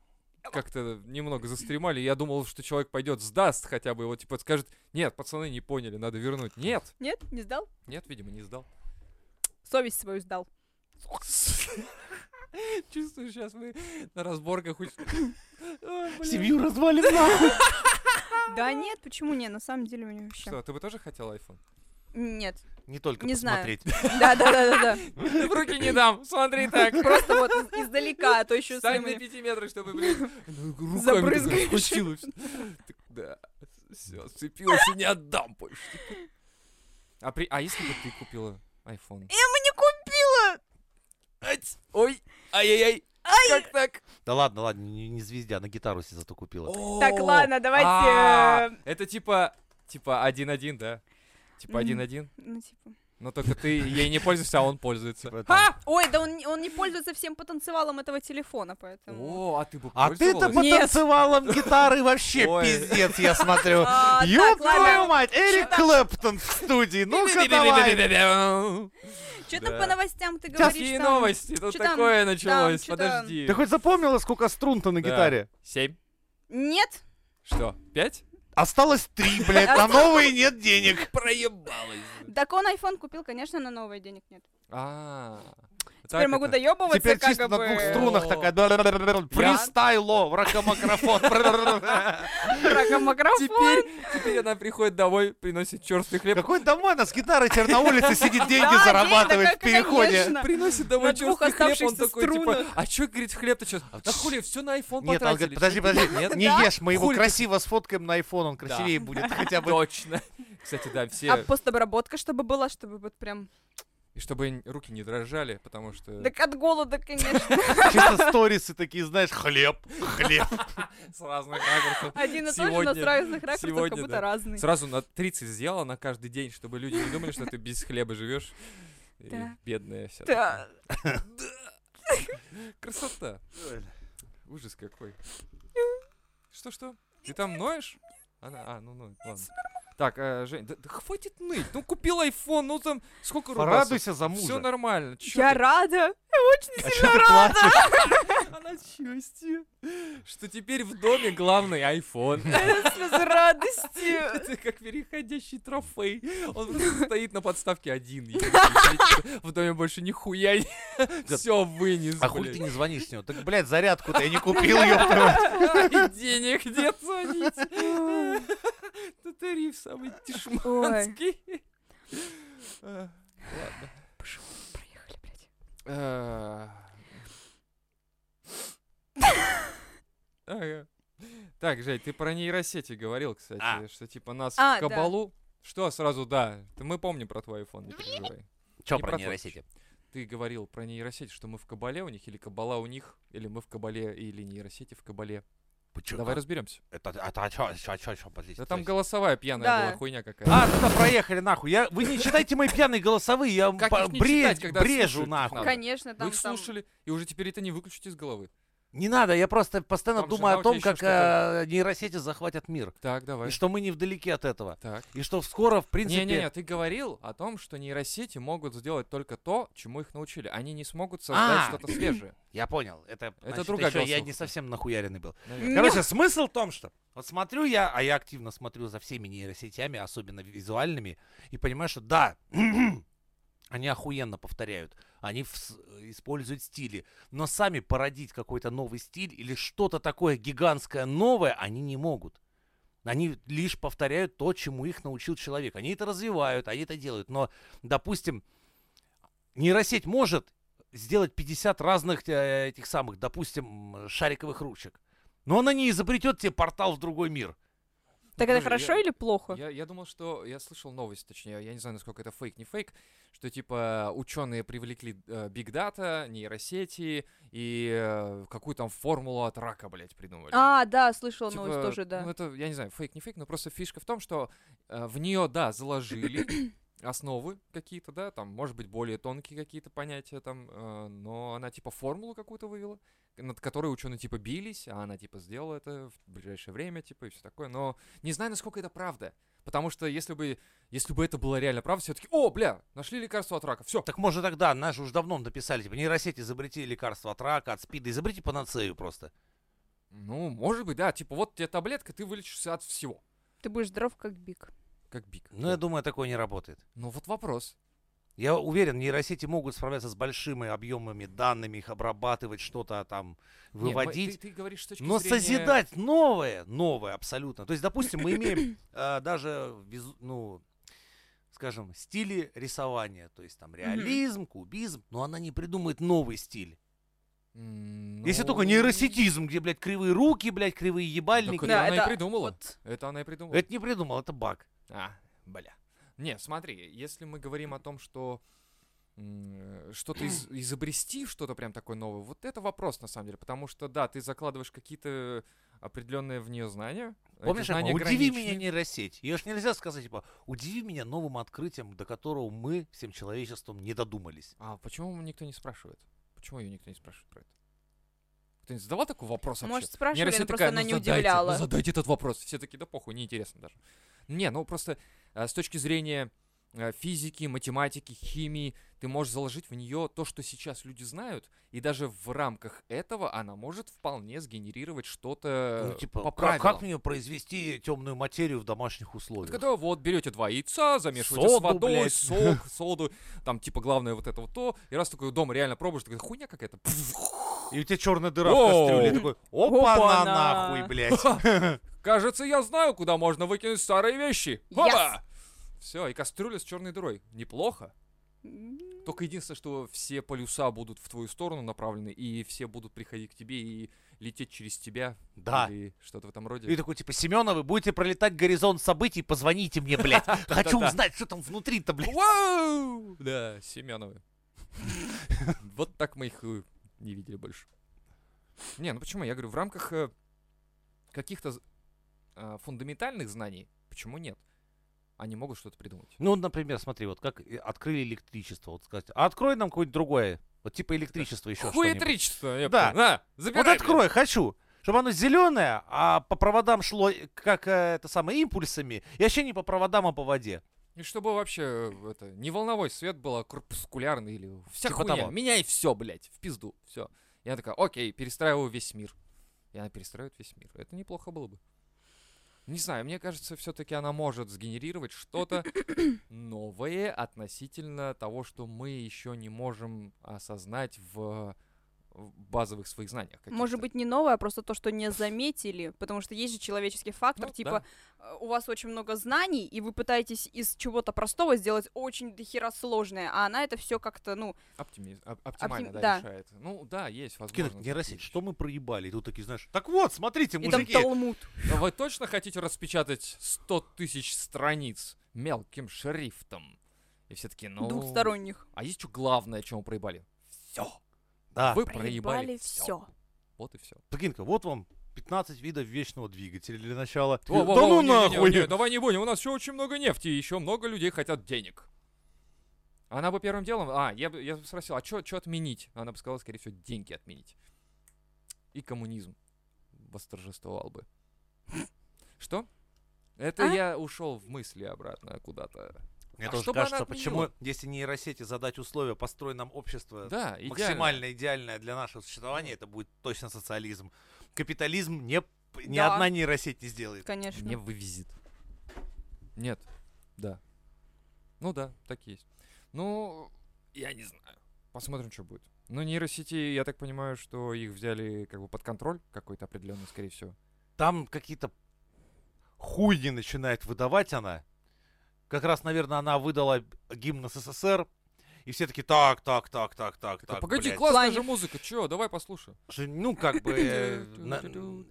S1: как-то немного застремали. Я думал, что человек пойдет, сдаст хотя бы его, типа скажет, нет, пацаны не поняли, надо вернуть. Нет,
S3: Нет, не сдал?
S1: нет, видимо, не сдал.
S3: Совесть свою сдал.
S1: Чувствую, сейчас мы на разборках уч- Ой, блин.
S4: Семью развалим нахуй.
S3: Да нет, почему не? На самом деле мне вообще...
S1: Что, ты бы тоже хотел iPhone?
S3: Нет.
S2: Не только
S3: Не знаю.
S2: посмотреть.
S3: Да-да-да-да.
S1: В руки не дам, смотри так.
S3: Просто вот из- издалека, а то еще если
S1: Стань на
S3: мы...
S1: пяти метрах, чтобы, блин, ну, руками
S3: Забрызгаешь.
S1: захватило всё. Так, Да, все, сцепился, не отдам больше. А, при... а если бы ты купила iPhone?
S3: Я бы не купила!
S1: Ать! Ой, ай-яй-яй, как так?
S2: Да ладно, ладно, не, не
S4: а
S2: звездя, на гитару себе зато купила.
S3: Так,
S1: О,
S3: ладно, давайте,
S1: а,
S3: э,
S1: Это типа, типа 1-1, да? Типа
S3: Мгм.
S1: 1-1,
S3: Ну, типа...
S1: но только ты ей не пользуешься, а он пользуется.
S2: Типа там-
S3: Ха! А? Ой, да он, не- он не пользуется всем потенциалом этого телефона, поэтому...
S1: О, а ты бы
S2: А ты-то
S1: пользовалась?
S2: по
S3: Нет.
S2: танцевалам гитары вообще
S1: Ой.
S2: пиздец, я смотрю.
S3: А, так,
S4: Ёб твою
S3: ладно.
S4: мать, Эрик Клэптон в студии, ну-ка давай.
S3: Что там
S1: Да.
S3: по новостям ты говоришь?
S1: Какие
S3: там?
S1: новости? Тут
S3: Чё там?
S1: такое началось,
S3: чё там?
S1: подожди.
S4: Ты хоть запомнила, сколько струн-то на
S1: Да.
S4: гитаре?
S1: Семь?
S3: Нет.
S1: Что, пять?
S4: Осталось три, блядь, на новые нет денег.
S1: Проебалось.
S3: Так он iPhone купил, конечно, на новый денег нет.
S1: А.
S3: Теперь могу доебываться,
S4: Теперь
S3: как
S4: чисто на
S3: бы,
S4: двух струнах
S1: О.
S4: такая. Фристайло в ракомакрофон.
S3: ракомакрофон.
S1: Теперь, теперь она приходит домой, приносит черстый хлеб.
S4: Какой домой она с гитарой теперь на улице сидит,
S3: Да,
S4: деньги
S3: денег,
S4: зарабатывает
S3: да,
S4: в переходе.
S3: конечно.
S1: Приносит домой
S3: На
S1: черстый
S3: двух
S1: хлеб, он
S3: оставшихся
S1: такой, типа,
S3: струнах.
S1: а чё, «А говорит, хлеб-то сейчас? Да хули, все на iPhone
S2: Нет, она
S1: потратили.
S2: говорит, подожди,
S1: чё ты-
S2: подожди,
S1: Нет,
S4: Не ешь, мы его
S1: Хули ты-
S4: красиво сфоткаем на iPhone, он красивее будет хотя бы.
S1: точно. Кстати, да,
S3: А
S1: все,
S3: постобработка, чтобы была, чтобы вот прям...
S1: и чтобы н- руки не дрожали, потому что
S3: Так от голода, конечно.
S4: Чисто сторисы такие, знаешь, хлеб, хлеб.
S1: с разных ракурсов.
S3: Один и тот же, но с
S1: Сегодня-
S3: разных ракурсов,
S1: сегодня,
S3: как будто
S1: да.
S3: разный.
S1: Сразу на 30 сделала на каждый день, чтобы люди не думали, что ты без хлеба живешь. И
S3: Да.
S1: Бедная вся.
S3: Да.
S1: такая. Красота. Ужас какой. Что-что? Ты там ноешь? Она, а, ну, ну, ладно. Так, э, Жень, да, да хватит ныть. Ну, купил iPhone, ну там сколько рубасов?
S4: Порадуйся за
S1: Все
S4: мужа.
S1: нормально. Чё
S3: Я
S1: ты?
S3: рада. Я очень
S2: А
S3: сильно
S2: чё ты плачешь?
S1: Она счастье. Что теперь в доме главный iPhone.
S3: слезы радости.
S1: Это как переходящий трофей. Он просто стоит на подставке один. единственный. В доме больше нихуя все вынес.
S2: А хуй
S1: блядь.
S2: ты не звонишь с него? Так, блядь, зарядку-то я не купил, ёпта.
S1: И денег нет звонить. Это тариф самый дешманский.
S2: А.
S1: Э, ладно.
S3: Проехали, блядь.
S1: Э, ага. Так, Жень, ты про нейросети говорил, кстати,
S2: А.
S1: что типа нас
S3: А,
S1: в
S3: да.
S1: кабалу. Что, сразу да. Ты- Мы помним про твой iPhone, не переживай.
S2: Чё
S1: Не
S2: про
S1: проходишь.
S2: нейросети?
S1: Ты говорил про нейросеть, что мы в кабале у них, или кабала у них, или мы в кабале, или нейросети в кабале.
S2: Почему?
S1: Давай разберемся.
S2: Это, это, а чё, а чё, а чё, а чё, подождите,
S1: Да там
S2: подождите.
S1: голосовая пьяная
S3: Да.
S1: была хуйня какая-то.
S2: А, туда проехали нахуй. Я, вы не читайте мои пьяные голосовые, я
S1: Как
S2: по-
S1: их не
S2: бре-
S1: читать, когда
S2: брежу
S1: слушать
S2: нахуй.
S1: надо?
S3: Конечно,
S1: А, Вы
S3: там
S1: их
S3: там-
S1: слушали, и уже теперь это не выключить из головы.
S2: Не надо, я просто постоянно
S1: Там же
S2: думаю
S1: на
S2: о
S1: у тебя
S2: том,
S1: ещё
S2: как
S1: что-то-
S2: э, нейросети захватят мир.
S1: Так, давай.
S2: И что мы не вдалеке от этого.
S1: Так.
S2: И что скоро, в принципе...
S1: Не-не-не, ты говорил о том, что нейросети могут сделать только то, чему их научили. Они не смогут создать
S2: А.
S1: что-то свежее.
S2: Я понял. Это, значит,
S1: другая
S2: ещё Я
S1: голосовка.
S2: не совсем нахуяренный был.
S1: наверное.
S3: М.
S2: Короче, смысл в том, что... Вот смотрю я, а я активно смотрю за всеми нейросетями, особенно визуальными, и понимаю, что да, они охуенно повторяют. Они вс- используют стили. Но сами породить какой-то новый стиль или что-то такое гигантское новое они не могут. Они лишь повторяют то, чему их научил человек. Они это развивают, они это делают. Но, допустим, нейросеть может сделать 50 разных э, этих самых, допустим, м, шариковых ручек. Но она не изобретет тебе портал в другой мир.
S3: Так
S1: Подожди,
S3: это хорошо
S1: я-
S3: или плохо?
S1: Я, я думал, что я слышал новость, точнее, я не знаю, насколько это фейк, не фейк, что типа ученые привлекли э, биг дата, нейросети и э, какую там формулу от рака, блядь, придумали.
S3: А, да, слышала
S1: Типа,
S3: новость тоже, да.
S1: Ну, это, я не знаю, фейк, не фейк, но просто фишка в том, что э, в нее, да, заложили основы какие-то, да, там, может быть, более тонкие какие-то понятия там, э, но она, типа, формулу какую-то вывела, над которой ученые, типа, бились, а она, типа, сделала это в ближайшее время, типа, и все такое, но не знаю, насколько это правда, потому что если бы, если бы это было реально правда, все таки о, бля, нашли лекарство от рака, все,
S2: Так можно тогда, нас же уже давно написали, типа, нейросеть изобрети лекарство от рака, от спида, изобрети панацею просто.
S1: ну, может быть, да, типа, вот тебе таблетка, ты вылечишься от всего,
S3: Ты будешь здоров, как бик.
S1: как бик.
S3: Ну,
S2: Но я думаю, такое не работает.
S1: Ну, вот вопрос.
S2: Я уверен, нейросети могут справляться с большими объемами данными, их обрабатывать, что-то там
S1: Не, мы-
S2: выводить.
S1: ты, ты говоришь с точки
S2: Но
S1: зрения-
S2: созидать новое, новое абсолютно. То есть, допустим, мы имеем э, даже, визу- ну, скажем, стили рисования. То есть там реализм, кубизм, но она не придумает новый стиль.
S1: М,
S2: Если только
S1: ну,
S2: нейросетизм, где, блядь, кривые руки, блядь, кривые ебальники.
S1: Так
S3: Да,
S1: это она
S3: это
S1: и придумала.
S3: вот-
S1: Это она и придумала.
S2: Это не придумал, это баг.
S1: А, бля. Не, смотри, если мы говорим о том, что м, что-то из- изобрести, что-то прям такое новое, вот это вопрос на самом деле, потому что, да, ты закладываешь какие-то определенные в нее знания. эти
S2: Помнишь, Эмма,
S1: знания
S2: удиви меня
S1: граничны».
S2: нейросеть. Ее ж нельзя сказать, типа, удиви меня новым открытием, до которого мы всем человечеством не додумались.
S1: А почему никто не спрашивает? Почему ее никто не спрашивает про это? Кто-нибудь задавал такой вопрос вообще?
S3: Может, спрашивали,
S1: Нейросеть
S3: но просто
S1: такая,
S3: она
S1: «Ну,
S3: не
S1: задайте, ну,
S3: удивляла.
S1: задайте этот вопрос. Все такие, да похуй, неинтересно даже. Не, ну просто а, с точки зрения а, физики, математики, химии, ты можешь заложить в нее то, что сейчас люди знают, и даже в рамках этого она может вполне сгенерировать что-то
S2: Ну, типа,
S1: Э, по
S2: как,
S1: правилам.
S2: как мне произвести темную материю в домашних условиях?
S1: Вот когда вот берете два яйца, замешиваете с
S2: Соду,
S1: водой,
S2: блядь.
S1: сок, соду, там типа главное вот это вот то, и раз такой дома реально пробуешь, такая хуйня какая-то.
S2: И у тебя черная дыра
S1: Воу.
S2: в кастрюле. Такой, опа,
S3: Опа-на.
S2: на нахуй, блядь.
S1: Кажется, я знаю, куда можно выкинуть старые вещи.
S3: Yes.
S1: Все, и кастрюля с черной дырой. Неплохо. Только единственное, что все полюса будут в твою сторону направлены, и все будут приходить к тебе и лететь через тебя.
S2: Да.
S1: Или что-то в этом
S2: И
S1: роде.
S2: такой, типа, Семена, вы будете пролетать горизонт событий, позвоните мне, блядь. Хочу узнать, что там внутри-то, блядь.
S1: Вау! Да, Семеновы. Вот так мы их э, не видели больше. Не, ну почему? Я говорю, в рамках э, каких-то з- э, фундаментальных знаний, почему нет? Они могут что-то придумать.
S2: Ну, например, смотри, вот как э, открыли электричество. Вот сказать, а открой нам какое-нибудь другое. Вот типа электричество еще что-нибудь.
S1: Хуетричество, я
S2: Да.
S1: понял. На,
S2: Вот
S1: забирай.
S2: открой, хочу. Чтобы оно зеленое, а по проводам шло э, как э, это самое импульсами, и вообще не по проводам, а по воде.
S1: И чтобы вообще э, это, не волновой свет был, а корпускулярный или вся
S2: Типа
S1: хуйня.
S2: того.
S1: Меняй все, блядь, в пизду, все. Я такая, окей, перестраиваю весь мир. И она перестраивает весь мир. Это неплохо было бы. Не знаю, мне кажется, все-таки она может сгенерировать что-то новое относительно того, что мы еще не можем осознать в, в базовых своих знаниях. каких-то.
S3: Может быть, не новое, а просто то, что не заметили, потому что есть же человеческий фактор,
S1: Ну,
S3: типа, э, у вас очень много знаний, и вы пытаетесь из чего-то простого сделать очень дохера сложное, а она это все как-то, ну,
S1: Оптимиз- оп- оптимально, да,
S3: да.
S1: решает. Ну да, есть
S2: Кино,
S1: возможность.
S2: нейросеть, что мы проебали? И тут такие, знаешь, так вот, смотрите,
S3: и там
S2: мужики,
S3: талмуд.
S1: Но вы точно хотите распечатать 100 тысяч страниц мелким шрифтом? И все таки ну...
S3: Двухсторонних.
S1: А есть что главное, чем вы проебали? Все.
S2: Да.
S1: Вы проебали, всё.
S3: все.
S1: Вот и все.
S2: Прикинь-ка, вот вам 15 видов вечного двигателя для начала. ну
S1: давай не будем, у нас еще очень много нефти, и еще много людей хотят денег. Она бы первым делом... А, я бы, я бы спросил, а что отменить? Она бы сказала, скорее всего, деньги отменить. И коммунизм восторжествовал бы. Что? Это
S3: А?
S1: я ушел в мысли обратно куда-то.
S2: Мне
S1: А
S2: тоже
S1: что бы она
S2: кажется, почему,
S1: отменила?
S2: если нейросети задать условия, построить нам общество
S1: Да, идеально.
S2: максимально идеальное для нашего существования, это будет точно социализм. Капитализм не, п- ни
S3: Да.
S2: одна нейросеть не сделает.
S3: Конечно.
S1: Не вывезет. Нет. Да. Ну да, так есть. Ну, я не знаю. Посмотрим, что будет. Ну, нейросети, я так понимаю, что их взяли как бы под контроль какой-то определенный, скорее всего.
S2: Там какие-то хуйни начинает выдавать она. Как раз, наверное, она выдала гимн СССР И все такие, так, так, так, так, так,
S1: Да
S2: так,
S1: а погоди,
S2: блядь».
S1: классная
S3: Плане-
S1: же музыка, чё, давай послушаем.
S2: Что, Ну, как бы, э, на-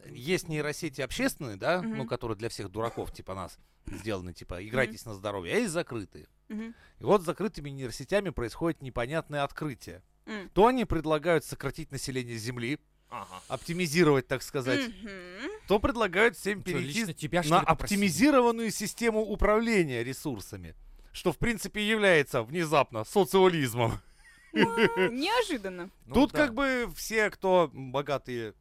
S2: есть нейросети общественные, да, ну,
S3: Мгм.
S2: которые для всех дураков, типа нас, сделаны, типа, играйтесь на здоровье, а есть закрытые.
S3: Мгм.
S2: И вот с закрытыми нейросетями происходит непонятное открытие.
S3: М.
S2: То они предлагают сократить население Земли,
S1: Ага.
S2: оптимизировать, так сказать,
S3: Мгм.
S2: то предлагают всем перейти
S1: Лично тебя, что
S2: на
S1: ли, попросили?
S2: оптимизированную систему управления ресурсами, что в принципе является внезапно социализмом.
S3: Вау, Неожиданно.
S1: Ну
S2: Тут
S1: да.
S2: как бы все, кто богатые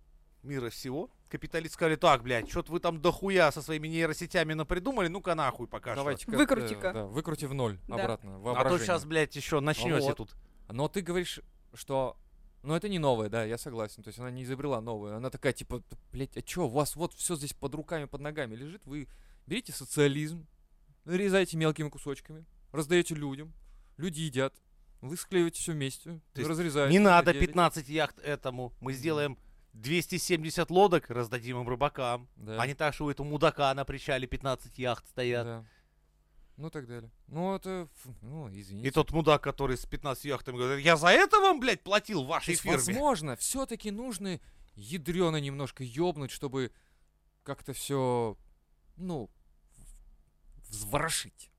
S2: мира всего, капиталисты сказали, так, блядь, что-то вы там дохуя со своими нейросетями напридумали, ну-ка нахуй пока что».
S1: Давайте-ка,
S3: Выкрути-ка.
S1: э, да, выкрути в ноль
S3: Да.
S1: обратно,
S2: А то
S1: воображение.
S2: сейчас, блядь, еще начнете
S1: Вот.
S2: тут.
S1: Но ты говоришь, что... Ну, это не новая, да, я согласен. То есть она не изобрела новую. Она такая, типа, «Да, блядь, а чё, у вас вот все здесь под руками, под ногами лежит. Вы берите социализм, нарезаете мелкими кусочками, раздаете людям, люди едят, вы склеиваете все вместе,
S2: То есть
S1: разрезаете.
S2: Не надо
S1: делите.
S2: 15 яхт этому. Мы сделаем 270 лодок, раздадим им рыбакам.
S1: Да,
S2: А не так, что у этого мудака на причале 15 яхт стоят.
S1: да. Ну, так далее. Ну, это, ф- ну, извините.
S2: И тот мудак, который с 15 яхтами говорит, я за это вам, блядь, платил в
S1: То
S2: вашей
S1: есть,
S2: фирме.
S1: возможно, все-таки нужно ядрено немножко ёбнуть, чтобы как-то все, ну, в- взворошить.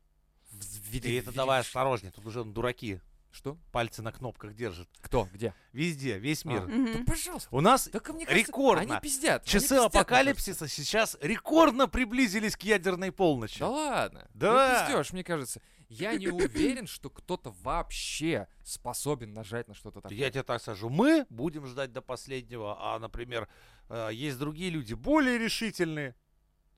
S1: Взвери-
S2: Ты это давай
S1: вверишь.
S2: осторожнее, тут уже дураки
S1: Что?
S2: пальцы на кнопках держат.
S1: Кто? Где?
S2: Везде, весь
S1: Да
S2: мир.
S3: Мгм.
S1: пожалуйста.
S2: У нас
S1: Так мне кажется,
S2: рекордно.
S1: они пиздят. Ну, они
S2: часы
S1: пиздят, мне
S2: апокалипсиса сейчас рекордно приблизились к ядерной полночи.
S1: кажется. Да ладно.
S2: Да.
S1: пиздешь, мне кажется. Я не уверен, что кто-то вообще способен нажать на что-то такое.
S2: Я тебе так скажу, мы будем ждать до последнего, а, например, э, есть другие люди более решительные.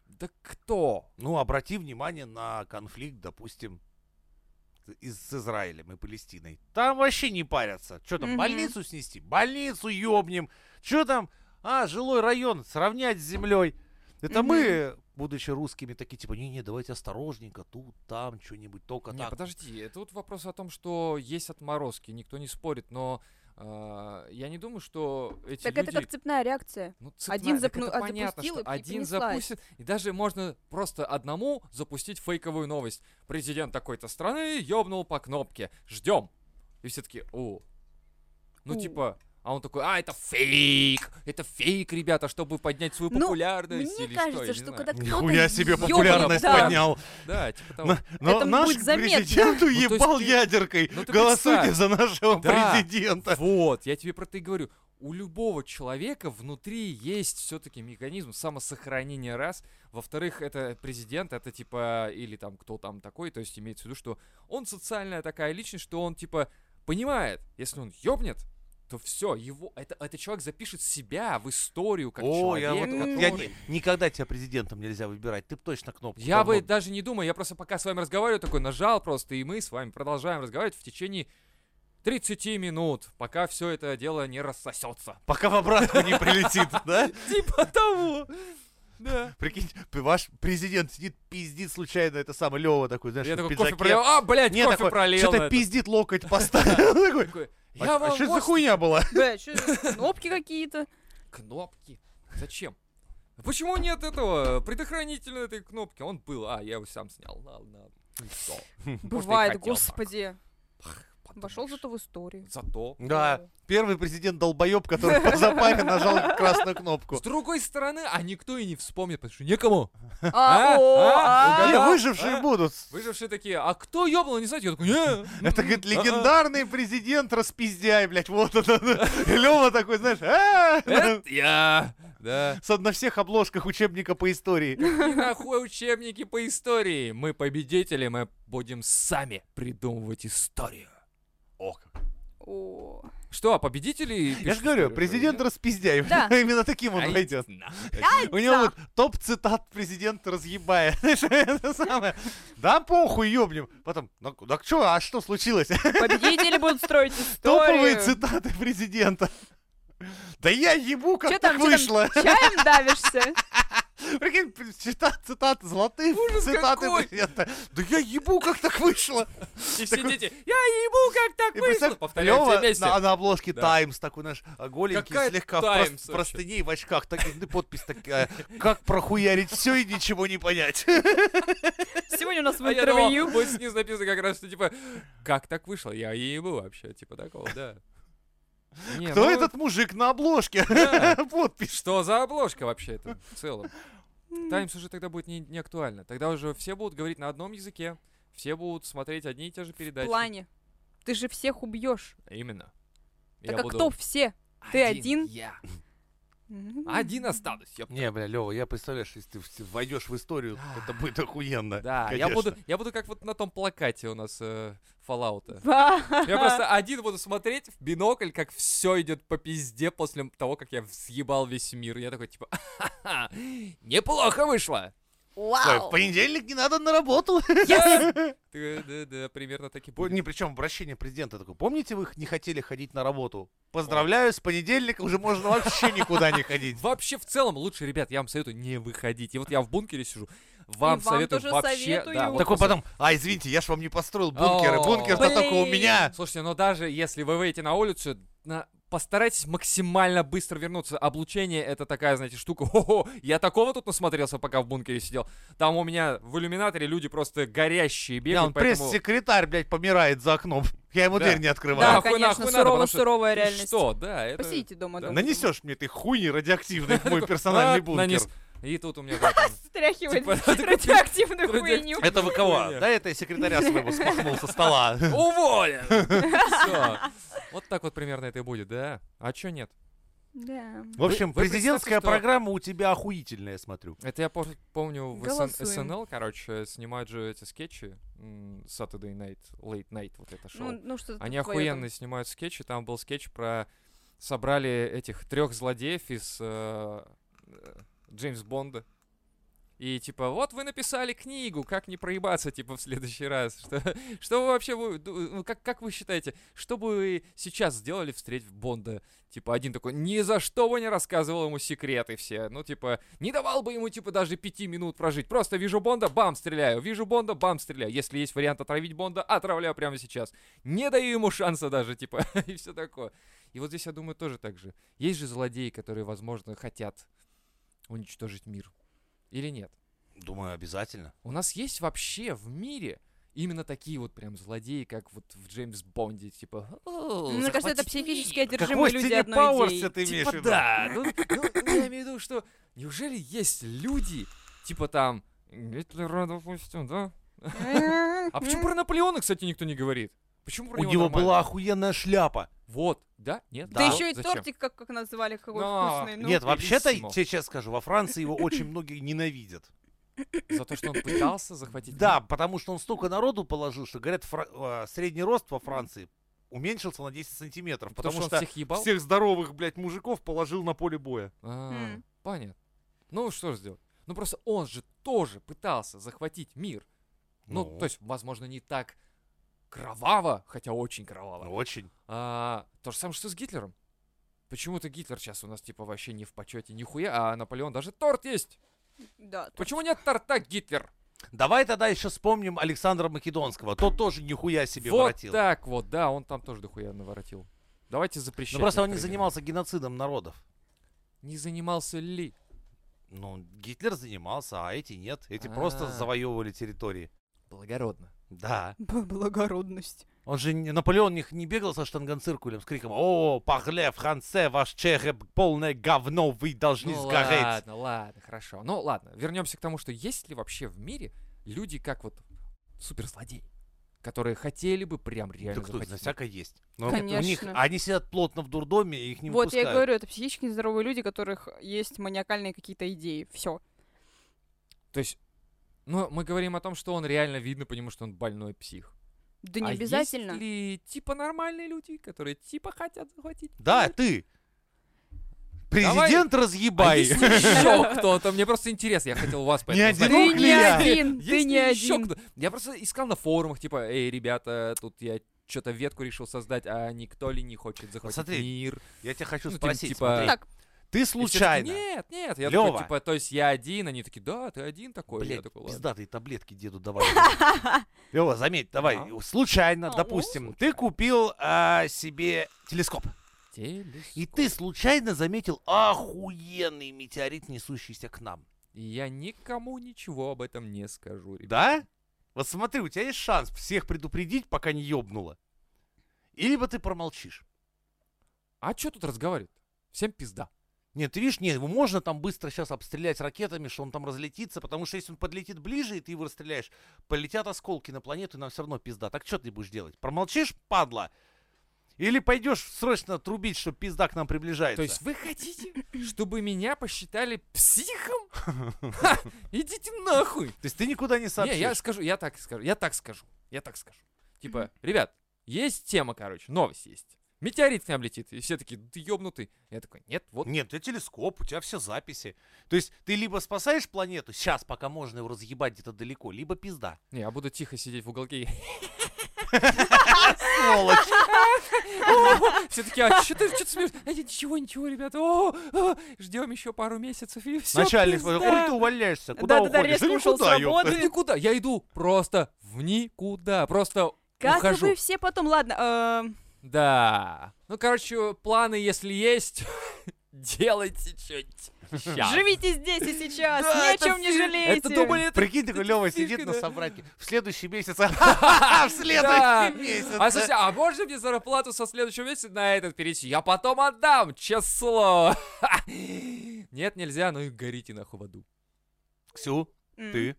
S1: Да кто?
S2: Ну, обрати внимание на конфликт, допустим, из, с Израилем и Палестиной. Там вообще не парятся. Что там,
S3: Мгм.
S2: больницу снести? Больницу ёбнем. Что там? А, жилой район сравнять с землей. Это
S3: Мгм.
S2: мы, будучи русскими, такие типа, не-не, давайте осторожненько, тут, там, что-нибудь, только
S1: Не,
S2: так.
S1: подожди, это вот вопрос о том, что есть отморозки, никто не спорит, но э, я не думаю, что эти
S3: Так
S1: люди...
S3: это как цепная реакция.
S1: Ну, цепная,
S3: Один
S1: так
S3: запну- а,
S1: это понятно,
S3: запустил
S1: что
S3: и- и
S1: один
S3: понеслась.
S1: запустит, и даже можно просто одному запустить фейковую новость. Президент такой-то страны ёбнул по кнопке, ждем. И все таки о, ну
S3: У.
S1: типа, а он такой, а это фейк, это фейк, ребята, чтобы поднять свою
S3: Ну,
S1: популярность
S3: Мне
S1: или
S3: кажется,
S1: я
S3: что
S1: не
S3: когда
S1: знаю.
S3: кто-то...
S2: Нихуя себе
S3: ёбнет,
S2: популярность
S3: да.
S2: поднял.
S1: Да, типа того.
S2: На- Но
S3: Это
S2: наш
S3: будет заметно.
S2: президент
S1: Ну, есть
S2: уебал
S1: ты-
S2: ядеркой.
S1: ну ты
S2: Голосуйте
S1: представь.
S2: за нашего
S1: Да.
S2: президента.
S1: Вот, я тебе про это и говорю. У любого человека внутри есть все-таки механизм самосохранения раз. Во-вторых, это президент, это типа, или там кто там такой, то есть имеется в виду, что он социальная такая личность, что он типа понимает, если он ёбнет, то все, его, это, это человек запишет себя в историю как
S2: О,
S1: человек.
S2: я вот
S3: человек,
S2: я
S1: который-
S2: не- никогда тебя президентом нельзя выбирать. Ты б точно кнопку.
S1: Я бы
S2: торнул.
S1: даже не думаю, я просто пока с вами разговариваю, такой нажал просто, и мы с вами продолжаем разговаривать в течение 30 минут, пока все это дело не рассосется.
S2: Пока в обратку не прилетит, да?
S1: Типа того. Да.
S2: Прикинь, п- ваш президент сидит, пиздит случайно, это самый Лева такой, знаешь,
S1: Я
S2: в
S1: такой кофе
S2: пиджаке.
S1: пролил. А, блядь,
S2: Не,
S1: кофе
S2: такой,
S1: пролил. на
S2: Что-то
S1: этот».
S2: пиздит, локоть поставил. Такой,
S1: Такой, Я
S2: «А-
S1: вам
S2: А что за
S1: вот
S2: хуйня была?
S3: Бля, что за кнопки какие-то?
S1: кнопки. Зачем? Почему нет этого предохранителя этой кнопки? Он был. А, я его сам снял. Ладно. ладно. Ну что,
S3: Бывает,
S1: хотел так.
S3: господи. Вошел
S1: подумаешь.
S3: зато в историю.
S1: Зато.
S2: Да, первый президент долбоеб, который по запаре нажал красную кнопку.
S1: С другой стороны, а никто и не вспомнит, потому что некому.
S3: А, о,
S1: а,
S3: а.
S2: Не,
S1: Да,
S2: выжившие
S1: а?
S2: будут.
S1: Выжившие такие, а кто ёбнул, не знаете? Я такой, не.
S2: Это, говорит, легендарный президент распиздяй, блядь, вот он. Лева такой, знаешь, «А!»
S1: Это я. Да.
S2: С- на всех обложках учебника по истории.
S1: И нахуй учебники по истории. Мы победители, мы будем сами придумывать историю.
S2: Ох,
S3: О.
S1: Что, победители?
S2: Я же говорю, президент Распиздяев.
S3: Да.
S2: Именно таким он пойдет. У него вот топ цитат президент разъебая. Знаешь, это самое. Да похуй, ёбнем. Потом, ну так чё, а что случилось?
S3: Победители будут строить историю.
S2: Топовые цитаты президента. Да я ебу,
S3: Чё
S2: как
S3: там,
S2: так
S3: чё там,
S2: вышло.
S3: Чаем давишься?
S4: Прикинь, п- цитат- цитаты, золотые цитаты.
S3: какой!
S4: блин, это- Да я ебу, как так вышло.
S1: И все дети, я ебу, как так
S4: И представь,
S1: вышло. Повторяем
S4: Лёва
S1: все вместе.
S4: на, на обложке
S1: Да.
S4: Таймс такой наш а, голенький,
S1: Какая
S4: слегка в
S1: «Таймс»
S4: прост-
S1: вообще?
S4: простыне и в очках. Так, и подпись такая, как прохуярить все и ничего не понять.
S3: Сегодня у нас в
S1: А я думал,
S3: интервью.
S1: будет снизу написано как раз, что типа, как так вышло? Я ебу вообще, типа такого, да. Не,
S4: Кто
S1: ну,
S4: этот мужик на обложке?
S1: да.
S4: Подпись.
S1: Что за обложка вообще это в целом? Таймс уже тогда будет не, не актуально. Тогда уже все будут говорить на одном языке, все будут смотреть одни и те же
S3: В
S1: передачи.
S3: плане. Ты же всех убьешь.
S1: Именно.
S3: Так
S1: Я
S3: а
S1: буду
S3: кто все? Ты один?
S1: Я.
S3: М.
S1: Один останусь, ёп.
S2: Не, бля, Лева, я представляю, что если ты в- войдешь в историю, это будет охуенно.
S1: Да, я
S2: конечно.
S1: буду, я буду как вот на том плакате у нас э, Fallout'а. Я
S3: Ха-ха.
S1: просто один буду смотреть в бинокль, как все идет по пизде после того, как я съебал весь мир. Я такой, типа, «Ха-ха, неплохо вышло.
S4: Ой, В понедельник не надо на работу.
S1: Да-да-да, примерно так и
S2: По-
S1: будет.
S2: Не, причем обращение президента такое. Помните, вы не хотели ходить на работу? Поздравляю, с понедельника уже можно вообще никуда не ходить.
S1: Вообще, в целом, лучше, ребят, я вам советую не выходить. И вот я в бункере сижу. Вам,
S3: вам
S1: советую
S3: тоже
S1: вообще...
S3: советую.
S1: да, вот
S2: Такой
S1: просто-
S2: потом, а, извините, я ж вам не построил бункеры.
S1: О,
S2: Бункер-то только у
S3: блин.
S2: меня.
S1: Слушайте, но даже если вы выйдете на улицу, на- постарайтесь максимально быстро вернуться. Облучение — это такая, знаете, штука. Хо-хо, я такого тут насмотрелся, пока в бункере сидел. Там у меня в иллюминаторе люди просто горящие
S2: Я,
S1: бегают,
S2: он
S1: поэтому...
S2: пресс-секретарь, блядь, помирает за окном. Я ему
S1: Да.
S2: дверь не
S3: Да,
S2: открываю.
S1: нахуй, нахуй
S3: конечно,
S1: надо,
S3: сурово
S1: потому что-
S3: суровая
S1: И
S3: реальность.
S1: Что, да, это...
S3: Посидите дома.
S1: Да.
S3: дома.
S2: Нанесешь мне ты хуйни радиоактивной в мой персональный
S1: А,
S2: бункер.
S1: нанес. И тут у меня... да, там-
S3: Стряхивает
S1: Типа, такой,
S3: радиоактивную
S1: радиоактив-
S3: хуйню.
S2: Это вы кого?
S1: Хуйня.
S2: Да, это я секретаря своего смахнул со стола.
S1: Уволен! Всё. Вот так вот примерно это и будет, да? А чё нет?
S3: Да.
S2: В общем,
S1: вы представьте,
S2: президентская
S1: что-
S2: программа у тебя охуительная, я смотрю.
S1: Это я пор- помню в СН-
S3: Голосуем.
S1: СНЛ, короче, снимают же эти скетчи. м, Saturday Night, Late Night, вот это шоу.
S3: Ну, ну что
S1: Они охуенно снимают скетчи. Там был скетч про... Собрали этих трех злодеев из э, э, Джеймс Бонда. И типа, вот вы написали книгу, как не проебаться, типа, в следующий раз. Что, что вы вообще, вы, ду- ну, как, как вы считаете, что бы вы сейчас сделали, встретив Бонда? Типа, один такой, ни за что бы не рассказывал ему секреты все. Ну, типа, не давал бы ему, типа, даже пяти минут прожить. Просто вижу Бонда, бам, стреляю. Вижу Бонда, бам, стреляю. Если есть вариант отравить Бонда, отравляю прямо сейчас. Не даю ему шанса даже, типа, и все такое. И вот здесь, я думаю, тоже так же. Есть же злодеи, которые, возможно, хотят уничтожить мир. Или нет?
S2: Думаю, обязательно.
S1: У нас есть вообще в мире именно такие вот прям злодеи, как вот в Джеймс Бонде, типа... «О,
S3: Мне кажется, это
S1: захватить
S3: психически
S1: мир».
S3: одержимые люди одной идеей.
S2: ты имеешь
S1: Типа
S2: в виду?
S1: да, ну, ну, я имею в виду, что неужели есть люди, типа там... Гитлера, допустим, да?
S3: М-м-м.
S1: А почему про Наполеона, кстати, никто не говорит? Почему про
S2: У
S1: него,
S2: него
S1: нормально?
S2: была охуенная шляпа.
S1: Вот, да? Нет?
S3: Да
S2: Да.
S3: еще и
S1: Зачем?
S3: тортик, как, как называли, какой
S1: Но-
S3: вкусный. ну.
S2: Нет, вообще-то, я
S1: белиссимо.
S2: тебе честно скажу, во Франции его очень многие ненавидят.
S1: За то, что он пытался захватить...
S2: Да,
S1: мир?
S2: потому что он столько народу положил, что, говорят, фра- а, средний рост во Франции уменьшился на 10 сантиметров, потому,
S1: он
S2: что,
S1: всех ебал?
S2: всех здоровых, блядь, мужиков положил на поле боя.
S1: А,
S3: М.
S1: Понятно. Ну, что же сделать? Ну, просто он же тоже пытался захватить мир. Ну, то есть, возможно, не так кроваво, хотя очень кроваво.
S2: ну, очень.
S1: А, то же самое, что с Гитлером. Почему-то Гитлер сейчас у нас, типа, вообще не в почете нихуя, а Наполеон даже торт есть.
S3: Да.
S1: Почему нет торта Гитлер?
S2: Давай тогда еще вспомним Александра Македонского. Тот тоже нихуя себе
S1: вот
S2: воротил.
S1: так вот, да, он там тоже дохуя наворотил. Давайте запрещать.
S2: Ну просто он не
S1: например.
S2: занимался геноцидом народов.
S1: Не занимался ли?
S2: Ну, Гитлер занимался, а эти нет. Эти просто
S1: А.
S2: завоевывали территории.
S1: Благородно.
S2: Да.
S3: Б- Благородность.
S2: Он же, не- Наполеон не, не бегал со штангенциркулем с криком «О, парле, франце, ваш череп полное говно, вы должны
S1: ну,
S2: сгореть!»
S1: Ладно, ладно, хорошо. Ну ладно, вернемся к тому, что есть ли вообще в мире люди, как вот суперзлодеи, которые хотели бы прям
S2: Да
S1: реально
S2: кто
S1: захватить
S2: знает,
S1: мир?
S2: всякое есть. Но
S3: Конечно.
S2: у них, они сидят плотно в дурдоме, и их не
S3: вот
S2: выпускают.
S3: я говорю, это психически нездоровые люди, у которых есть маниакальные какие-то идеи. Все.
S1: То есть, ну, мы говорим о том, что он реально видно, потому что он больной псих.
S3: Да не
S1: А
S3: обязательно.
S1: Есть ли типа нормальные люди, которые типа хотят захватить?
S2: Да,
S3: ну
S1: мир?
S2: ты.
S1: Давай. Ну,
S2: Президент
S1: А
S2: разъебай.
S1: есть ли еще кто-то? Мне просто интересно, я хотел у вас поэтому
S2: один
S1: узнать.
S2: Ну,
S3: Ты не
S2: Клея.
S3: один,
S1: Есть
S3: ты
S1: ли
S3: не
S1: еще
S3: один.
S1: кто? Я просто искал на форумах, типа, эй, ребята, тут я что-то ветку решил создать, а никто ли не хочет захватить
S2: смотри,
S1: мир?
S2: Я тебя хочу
S1: Ну, типа-
S2: спросить,
S1: типа-
S2: смотри.
S3: Так,
S2: Ты
S1: И все такие,
S2: случайно.
S1: Нет, нет. Я такой,
S2: Лёва.
S1: типа, то есть я один, они такие, да, ты один такой. Я
S2: Блядь,
S1: такой, «Ладно».
S2: пиздатые таблетки деду давай. Лёва, заметь, давай,
S1: А?
S2: случайно,
S3: А, о,
S2: допустим, ты купил а, себе телескоп.
S1: Телескоп.
S2: И ты случайно заметил охуенный метеорит, несущийся к нам.
S1: И я никому ничего об этом не скажу, ребят.
S2: Да? Вот смотри, у тебя есть шанс всех предупредить, пока не ёбнуло. И либо ты промолчишь.
S1: А что тут разговаривать? Всем пизда.
S2: Нет, ты видишь, нет, его можно там быстро сейчас обстрелять ракетами, что он там разлетится, потому что если он подлетит ближе, и ты его расстреляешь, полетят осколки на планету, и нам все равно пизда. Так что ты будешь делать? Промолчишь, падла? Или пойдешь срочно трубить, что пизда к нам приближается?
S1: То есть вы хотите, чтобы меня посчитали психом? Ха, Идите нахуй!
S2: То есть ты никуда не сообщишь?
S1: Не, я скажу, я так скажу, я так скажу, я так скажу. Типа, ребят, есть тема, короче, новость есть. Метеорит к нам летит. И все такие, «Да ты ёбнутый. Я такой, нет, вот.
S2: Нет, у тебя телескоп, у тебя все записи. То есть ты либо спасаешь планету, сейчас пока можно его разъебать где-то далеко, либо пизда.
S1: Не, я буду тихо сидеть в уголке.
S2: Сволочь!
S1: Все такие, а что ты, что ты смеешься? А, ничего, ничего, ребята. Ждем еще пару месяцев и все.
S2: Начальник, такой, хули ты увольняешься? Куда
S3: Да-да-да,
S2: уходишь?
S3: резко
S2: Да
S3: ушел с
S2: никуда, ёпта.
S1: Да
S3: работы.
S1: никуда. Я иду просто в никуда. Просто
S3: Как
S1: ухожу.
S3: вы все потом, ладно, эм,
S1: Да. Ну, короче, планы, если есть, делайте что-нибудь. щас.
S3: живите здесь и сейчас,
S1: Да,
S3: ни о
S1: это
S3: чем не
S1: фи-
S3: жалейте.
S1: Это думали, это
S2: Прикинь, такой Лева
S1: фишка,
S2: сидит на
S1: да.
S2: собраке. В следующий месяц. В
S1: Да.
S2: следующий
S1: А,
S2: месяц.
S1: слушайте, а можно мне зарплату со следующего месяца на этот перейти? Я потом отдам, число. Нет, нельзя, ну и горите нахуй в аду. а
S2: Ксю,
S3: М.
S2: ты.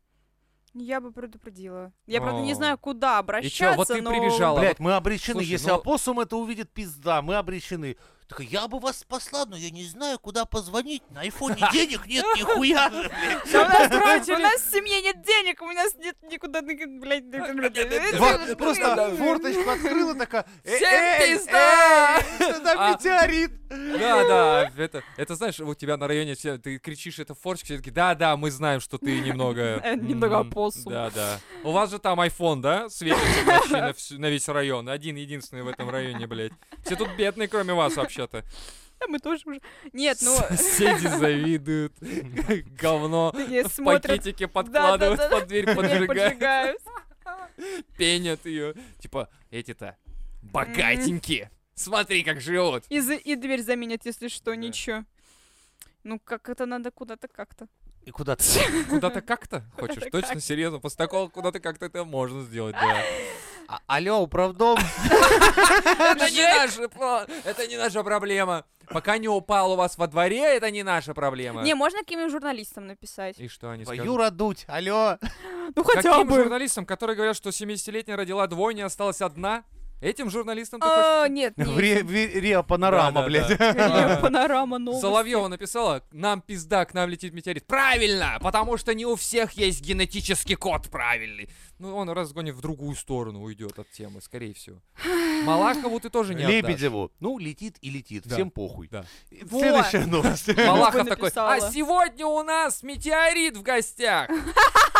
S3: Я бы предупредила. Я, правда, не
S1: О.
S3: знаю, куда обращаться,
S1: вот ты
S3: но...
S1: прибежала.
S2: Блять, мы обречены.
S1: Слушай,
S2: Если
S1: ну-
S2: опоссум это увидит, пизда, мы обречены. Так я бы вас спасла, но я не знаю, куда позвонить. На айфоне денег нет, нихуя же, блядь.
S3: Да У нас, у нас в семье нет денег, у нас нет никуда, н- блядь...
S2: Во- Просто форточку открыла такая. «Э,
S1: Всем
S2: эй,
S1: пизда!»
S2: эй, это там
S1: А.
S2: метеорит.
S1: Да, да, это, это знаешь, у тебя на районе все, ты кричишь, это форчик, все таки да, да, мы знаем, что ты немного...
S3: Э, немного
S1: м,
S3: опоссум.
S1: Да, да. У вас же там iPhone, да, светится почти на, всю- на весь район, один единственный в этом районе, блядь. Все тут бедные, кроме вас вообще-то. э.
S3: А Мы тоже уже... Нет, ну...
S1: Соседи завидуют, говно.
S3: не
S1: в
S3: смотрят,
S1: пакетике подкладывают
S3: да, да.
S1: под дверь,
S3: не
S1: поджигают,
S3: поджигают.
S1: пенят ее. Типа, эти-то богатенькие. Смотри, как живут.
S3: И, за- и дверь заменят, если что,
S1: Да.
S3: ничего. Ну, как это надо куда-то как-то.
S2: И куда ты?
S1: Куда-то как-то хочешь? Точно, серьезно, после такого куда-то как-то это можно сделать, да.
S2: А- Алло, управдом.
S1: Это не наша, про- это не наша проблема. Пока не упал у вас во дворе, это не наша проблема.
S3: Не, можно каким-нибудь журналистам написать?
S1: И что они скажут?
S2: Юра Дудь, алло.
S3: Ну, хотя
S1: Каким
S3: бы.
S1: журналистам, которые говорят, что 70-летняя родила двойня, осталась одна? Этим журналистам ты хочешь?
S3: А, Нет,
S2: В Ри- в Ри- Рио
S1: Да,
S2: Панорама,
S1: да,
S2: блядь.
S1: да.
S3: нет, панорама новая.
S1: Соловьева написала, нам пизда, к нам летит метеорит. Правильно, потому что не у всех есть генетический код правильный. Ну, он разгонит в другую сторону, уйдет от темы, скорее всего. Малахову ты тоже не отдашь.
S2: Лебедеву. Ну, летит и летит.
S1: Да.
S2: Всем похуй.
S1: Да.
S2: И Следующая новость.
S1: Малахов
S3: Бы
S1: такой, а
S3: написала.
S1: сегодня у нас метеорит в гостях.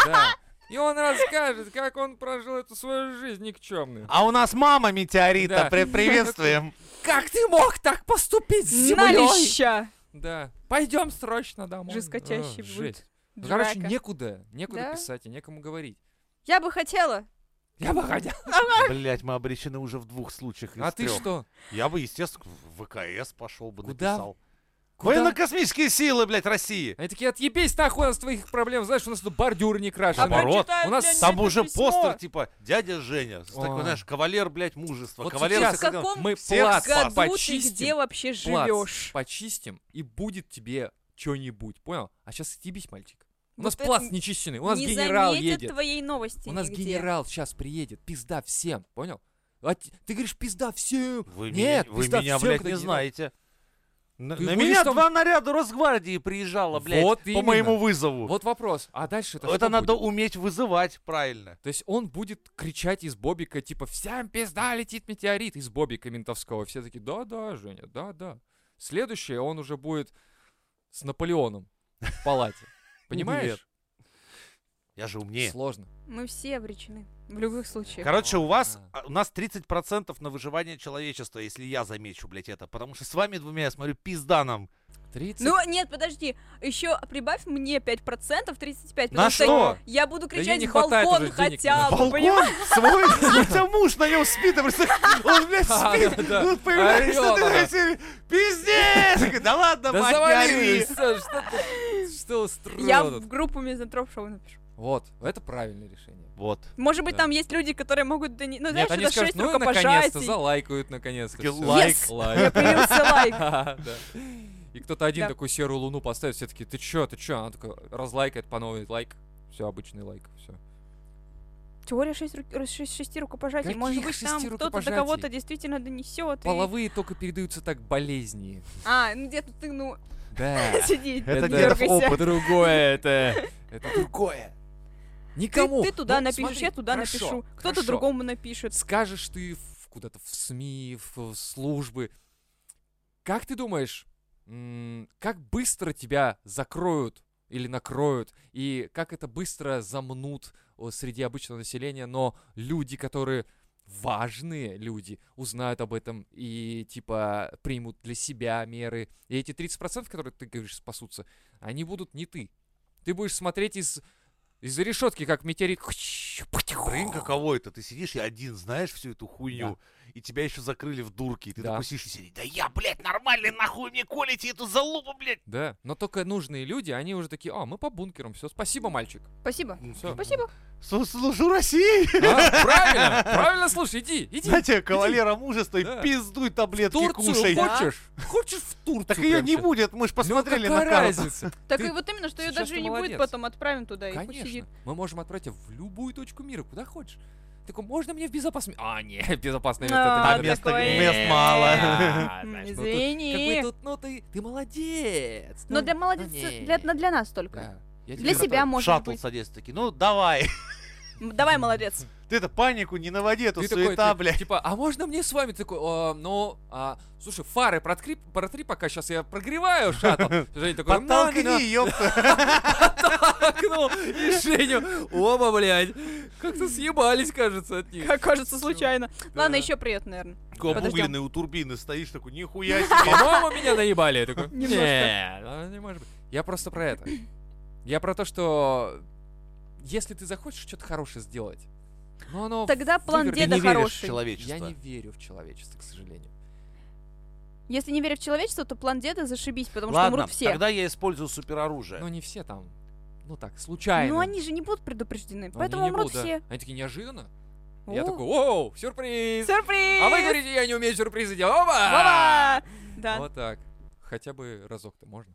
S1: Да. И он расскажет, как он прожил эту свою жизнь никчемную.
S2: А у нас мама
S1: Да.
S2: метеорита. При- Приветствуем.
S1: Как ты мог так поступить с
S3: На
S1: землей?
S3: леща.
S1: Да. Пойдем срочно домой. А,
S3: Жесткотящий будет
S1: жесть. Ну,
S3: Драка.
S1: Короче, некуда. Некуда
S3: Да?
S1: писать и некому говорить.
S3: Я бы хотела.
S1: Я бы хотел.
S2: Блять, мы обречены уже в двух случаях из
S1: А ты
S2: трёх.
S1: что?
S2: Я бы, естественно, в ВКС пошел бы,
S1: Куда?
S2: написал.
S1: Куда?
S2: Военно-космические силы, блядь, России.
S1: Они такие, отъебись нахуй у нас твоих проблем, знаешь, у нас тут бордюр не
S3: а
S1: крашен.
S2: Наоборот.
S1: У нас
S2: Там уже постер, типа, дядя Женя. С
S1: Ой.
S2: Такой, знаешь, кавалер, блядь, мужества.
S1: Вот
S2: кавалер
S1: сейчас
S3: В
S2: всегда-
S3: каком
S1: Мы
S2: Всех
S1: плац
S2: спас.
S3: году ты
S1: почистим.
S3: где вообще
S1: плац
S3: живешь?
S1: почистим, и будет тебе что-нибудь, понял? А сейчас отъебись, мальчик. У
S3: Вот
S1: нас
S3: это
S1: плац
S3: н-
S1: нечищенный, у нас
S3: не
S1: генерал
S3: заметят
S1: едет.
S3: твоей новости
S1: У нас
S3: нигде.
S1: генерал сейчас приедет, пизда всем, понял? А т- ты говоришь, пизда всем.
S2: Вы
S1: Нет,
S2: меня, вы
S1: пизда
S2: меня
S1: всем,
S2: блядь,
S1: когда
S2: не
S1: генерал.
S2: знаете. На,
S1: Ты
S2: на
S1: будешь
S2: меня
S1: там-
S2: два наряда Росгвардии приезжало, блядь,
S1: Вот
S2: по
S1: именно.
S2: моему вызову.
S1: Вот вопрос, а дальше это
S2: это
S1: что
S2: надо
S1: будет?
S2: уметь вызывать правильно.
S1: То есть он будет кричать из Бобика, типа, всем пизда летит метеорит из Бобика ментовского. Все такие, да-да, Женя, да-да. Следующее он уже будет с Наполеоном в палате. Понимаешь?
S2: Я же умнее.
S1: Сложно.
S3: Мы все обречены. В любых случаях.
S2: Короче, у вас,
S1: Ага.
S2: а, у нас 30% на выживание человечества, если я замечу, блядь, это. Потому что с вами двумя, я смотрю, пизда нам.
S1: 30?
S3: Ну, нет, подожди. Еще прибавь мне 5%, 35%.
S2: На
S3: потому что
S2: что?
S3: Я буду
S1: Да ей
S3: кричать
S1: не
S3: в
S1: хватает
S3: балкон
S1: уже денег на
S3: хотя бы, понимаешь?
S4: Балкон свой, у тебя муж на нем спит, а просто он, блядь,
S1: Да,
S4: спит.
S1: да, да.
S4: Тут появляешься,
S1: Орёт
S4: ты
S1: она.
S4: такая серия, пиздец! Я говорю, Да ладно,
S1: Да
S4: мать, не
S1: завали!
S4: ори.
S1: Что что ты- что устроил
S3: Я
S1: тут?
S3: в группу мизантроп шоу напишу.
S1: Вот, это правильное решение.
S2: Вот.
S3: Может быть,
S1: Да.
S3: там есть люди, которые могут... дони-
S1: Нет,
S3: Ну, знаешь,
S1: они
S3: это
S1: скажут,
S3: шесть
S1: ну и наконец-то,
S3: рукопожатий.
S1: залайкают наконец-то.
S2: Такие,
S1: всё.
S2: лайк,
S3: Yes!
S1: лайк.
S3: Появился лайк.
S1: Да. И кто-то один
S3: Да.
S1: такую серую луну поставит, все такие, ты чё, ты чё? Она такая, разлайкает по новой лайк. Все, обычный лайк, все.
S3: Теория шесть, рук- ру- шесть- шести рукопожатий. Может
S1: Каких
S3: быть, там
S1: шести
S3: кто-то до
S1: рукопожатий?
S3: кого-то действительно донесет.
S1: Половые только передаются так болезни.
S3: А, ну где-то ты, ну,
S1: Да.
S3: сиди,
S4: Это
S3: не
S4: дедов
S3: дергайся.
S1: другое, это... Это другое.
S3: Ты,
S1: Никому.
S3: ты туда
S1: Ну,
S3: напишешь,
S1: смотри,
S3: я туда
S1: хорошо,
S3: напишу. Кто-то
S1: хорошо.
S3: другому напишет.
S1: Скажешь ты в- куда-то в СМИ, в в службы. Как ты думаешь, м, как быстро тебя закроют или накроют, и как это быстро замнут о, среди обычного населения, но люди, которые важные люди, узнают об этом и, типа, примут для себя меры. И эти 30%, которые, ты говоришь, спасутся, они будут не ты. Ты будешь смотреть из, из решетки, как метеорит.
S2: Блин, каково это? Ты сидишь и один знаешь всю эту хуйню, и тебя еще закрыли в дурке, и ты
S1: Да.
S2: такой сидишь и сидишь, да я, блядь, нормальный, нахуй мне колите эту залупу, блядь.
S1: Да, но только нужные люди, они уже такие, а, мы по бункерам, все, спасибо, мальчик.
S3: Спасибо.
S1: Ну, Всё.
S3: Спасибо.
S4: Слу- Служу России!
S1: А, правильно, правильно, слушай, иди, иди.
S4: На тебе кавалера мужества и
S1: Да.
S4: пиздуй
S1: В
S4: таблетки
S1: Турцию
S4: кушай.
S1: хочешь? Хочешь в Турцию?
S4: Так ее
S1: прям
S4: не
S1: щас?
S4: будет, мы же
S1: Ну,
S4: посмотрели на
S1: какая
S4: карту.
S1: разница?
S3: Так
S1: Ты-
S3: и вот именно, что ее
S1: сейчас
S3: даже
S1: ты
S3: и не будет,
S1: молодец.
S3: потом отправим туда, и пусть сидит.
S1: Конечно, мы можем отправить тебя в любую точку мира, куда хочешь. Ты Такой, можно мне в безопасное... А, не, в безопасное место. это
S3: А,
S2: Там
S1: не
S2: места-
S3: такое.
S2: мест мало.
S1: Да,
S3: М,
S1: знаешь, ну тут Как бы
S3: Извини.
S1: тут, ну ты, ты молодец.
S3: Но
S1: ну,
S3: для
S1: ну
S3: молодец,
S1: не.
S3: для, на- для нас только.
S1: Да, я тебе
S3: Для себя,
S1: готов.
S3: может
S2: Шаттл
S3: быть.
S2: садится такие, ну давай.
S3: М, Давай, молодец.
S4: Ты это панику не наводи, эту
S1: Ты такой,
S4: суета,
S1: ты-
S4: блядь.
S1: Типа, а можно мне с вами Ты такой, «А, ну, а, слушай, фары протри, протри пока, сейчас я прогреваю шаттл. Женя такой, «Ну, ну, ну».
S4: Подтолкни, ёпта.
S1: Подтолкнул и Женю. Оба, блядь, как-то съебались, кажется, от них.
S3: Как кажется, случайно. Ладно,
S1: Да.
S3: еще привет, наверное.
S2: Обугленный у турбины стоишь такой, нихуя себе.
S1: По-моему, меня наебали. Я такой,
S3: Немножко.
S1: «Не, ну, не может быть. Я просто про это. Я про то, что если ты захочешь что-то хорошее сделать, ну оно...
S3: Тогда план
S1: вывернет.
S3: деда
S2: не веришь в
S3: хороший.
S1: Я
S2: человечество.
S1: не верю в человечество, к сожалению.
S3: Если не веришь в человечество, то план деда зашибись, потому что
S2: Ладно,
S3: умрут все.
S2: тогда я использую супероружие.
S1: Ну не все там, ну так, случайно.
S3: Но они же не будут предупреждены,
S1: Но Ну, они
S3: поэтому
S1: не
S3: умрут
S1: будут, да.
S3: все.
S1: Они такие, неожиданно? Я
S3: О,
S1: такой, оу, сюрприз!
S3: Сюрприз!
S1: А вы говорите, я не умею сюрпризы делать. Оба!
S3: Ва-ва! Да.
S1: Вот так. Хотя бы разок-то можно.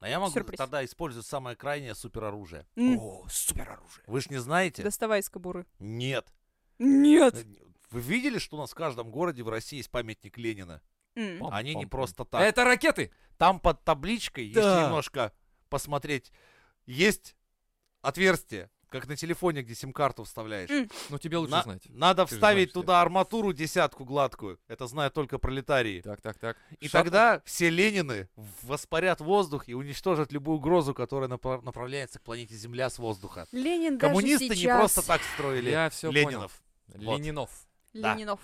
S2: А я могу
S3: Сюрприз.
S2: тогда использовать самое крайнее супероружие.
S3: М,
S1: О, супер оружие.
S2: Вы ж не знаете?
S3: Доставай из кобуры.
S2: Нет. Э,
S3: Нет.
S2: Вы видели, что у нас в каждом городе в России есть памятник Ленина?
S3: М.
S1: Пам,
S2: Они не
S1: пам,
S2: просто так.
S1: Это ракеты!
S2: Там под табличкой,
S1: Да.
S2: если немножко посмотреть, есть отверстие, как на телефоне, где сим-карту вставляешь.
S3: М,
S1: Ну тебе лучше
S2: На-
S1: знать.
S2: Надо
S1: Ты же
S2: вставить
S1: знаешь,
S2: туда арматуру десятку гладкую. Это знают только пролетарии.
S1: Так, так, так.
S2: И
S1: Шаттл?
S2: тогда все Ленины воспарят воздух и уничтожат любую угрозу, которая напра- направляется к планете Земля с воздуха.
S3: Ленин даже
S2: Коммунисты не
S3: сейчас.
S2: просто так строили
S1: Я все
S2: Ленинов.
S1: понял.
S2: Вот.
S1: Ленинов.
S2: да.
S3: Ленинов.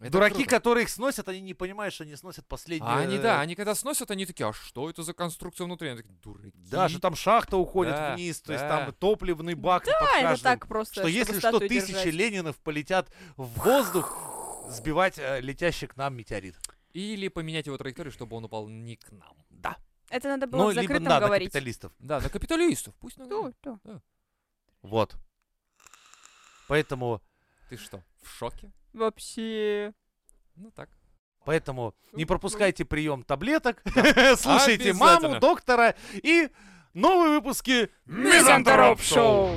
S1: Это
S2: Дураки,
S1: круто.
S2: которые их сносят, они не понимают, что они сносят последние...
S1: А они, да, они когда сносят, они такие, а что это за конструкция внутри? Они такие, дураки.
S2: э, Даже там шахта уходит
S1: Да,
S2: вниз, то есть
S1: да.
S2: там и топливный бак под
S3: А, это
S2: каждым.
S3: так просто,
S2: что
S3: чтобы
S2: если что,
S3: статую
S2: тысячи
S3: держать.
S2: Ленинов полетят в воздух сбивать э, летящий к нам метеорит.
S1: Или поменять его траекторию, чтобы он упал не к нам.
S2: Да.
S3: Это надо было
S2: Ну,
S3: в
S2: либо
S3: закрытом
S2: да, на
S3: говорить.
S2: капиталистов.
S1: Да, на капиталистов, пусть ну,
S3: Ту,
S1: на
S3: ту.
S2: Вот. Поэтому,
S1: Ты что, в шоке?
S3: Вообще.
S1: Ну так.
S2: поэтому не
S3: Ну,
S2: пропускайте прием таблеток, слушайте маму,
S1: Обязательно.
S2: доктора и новые выпуски
S1: Мизантроп
S2: Шоу.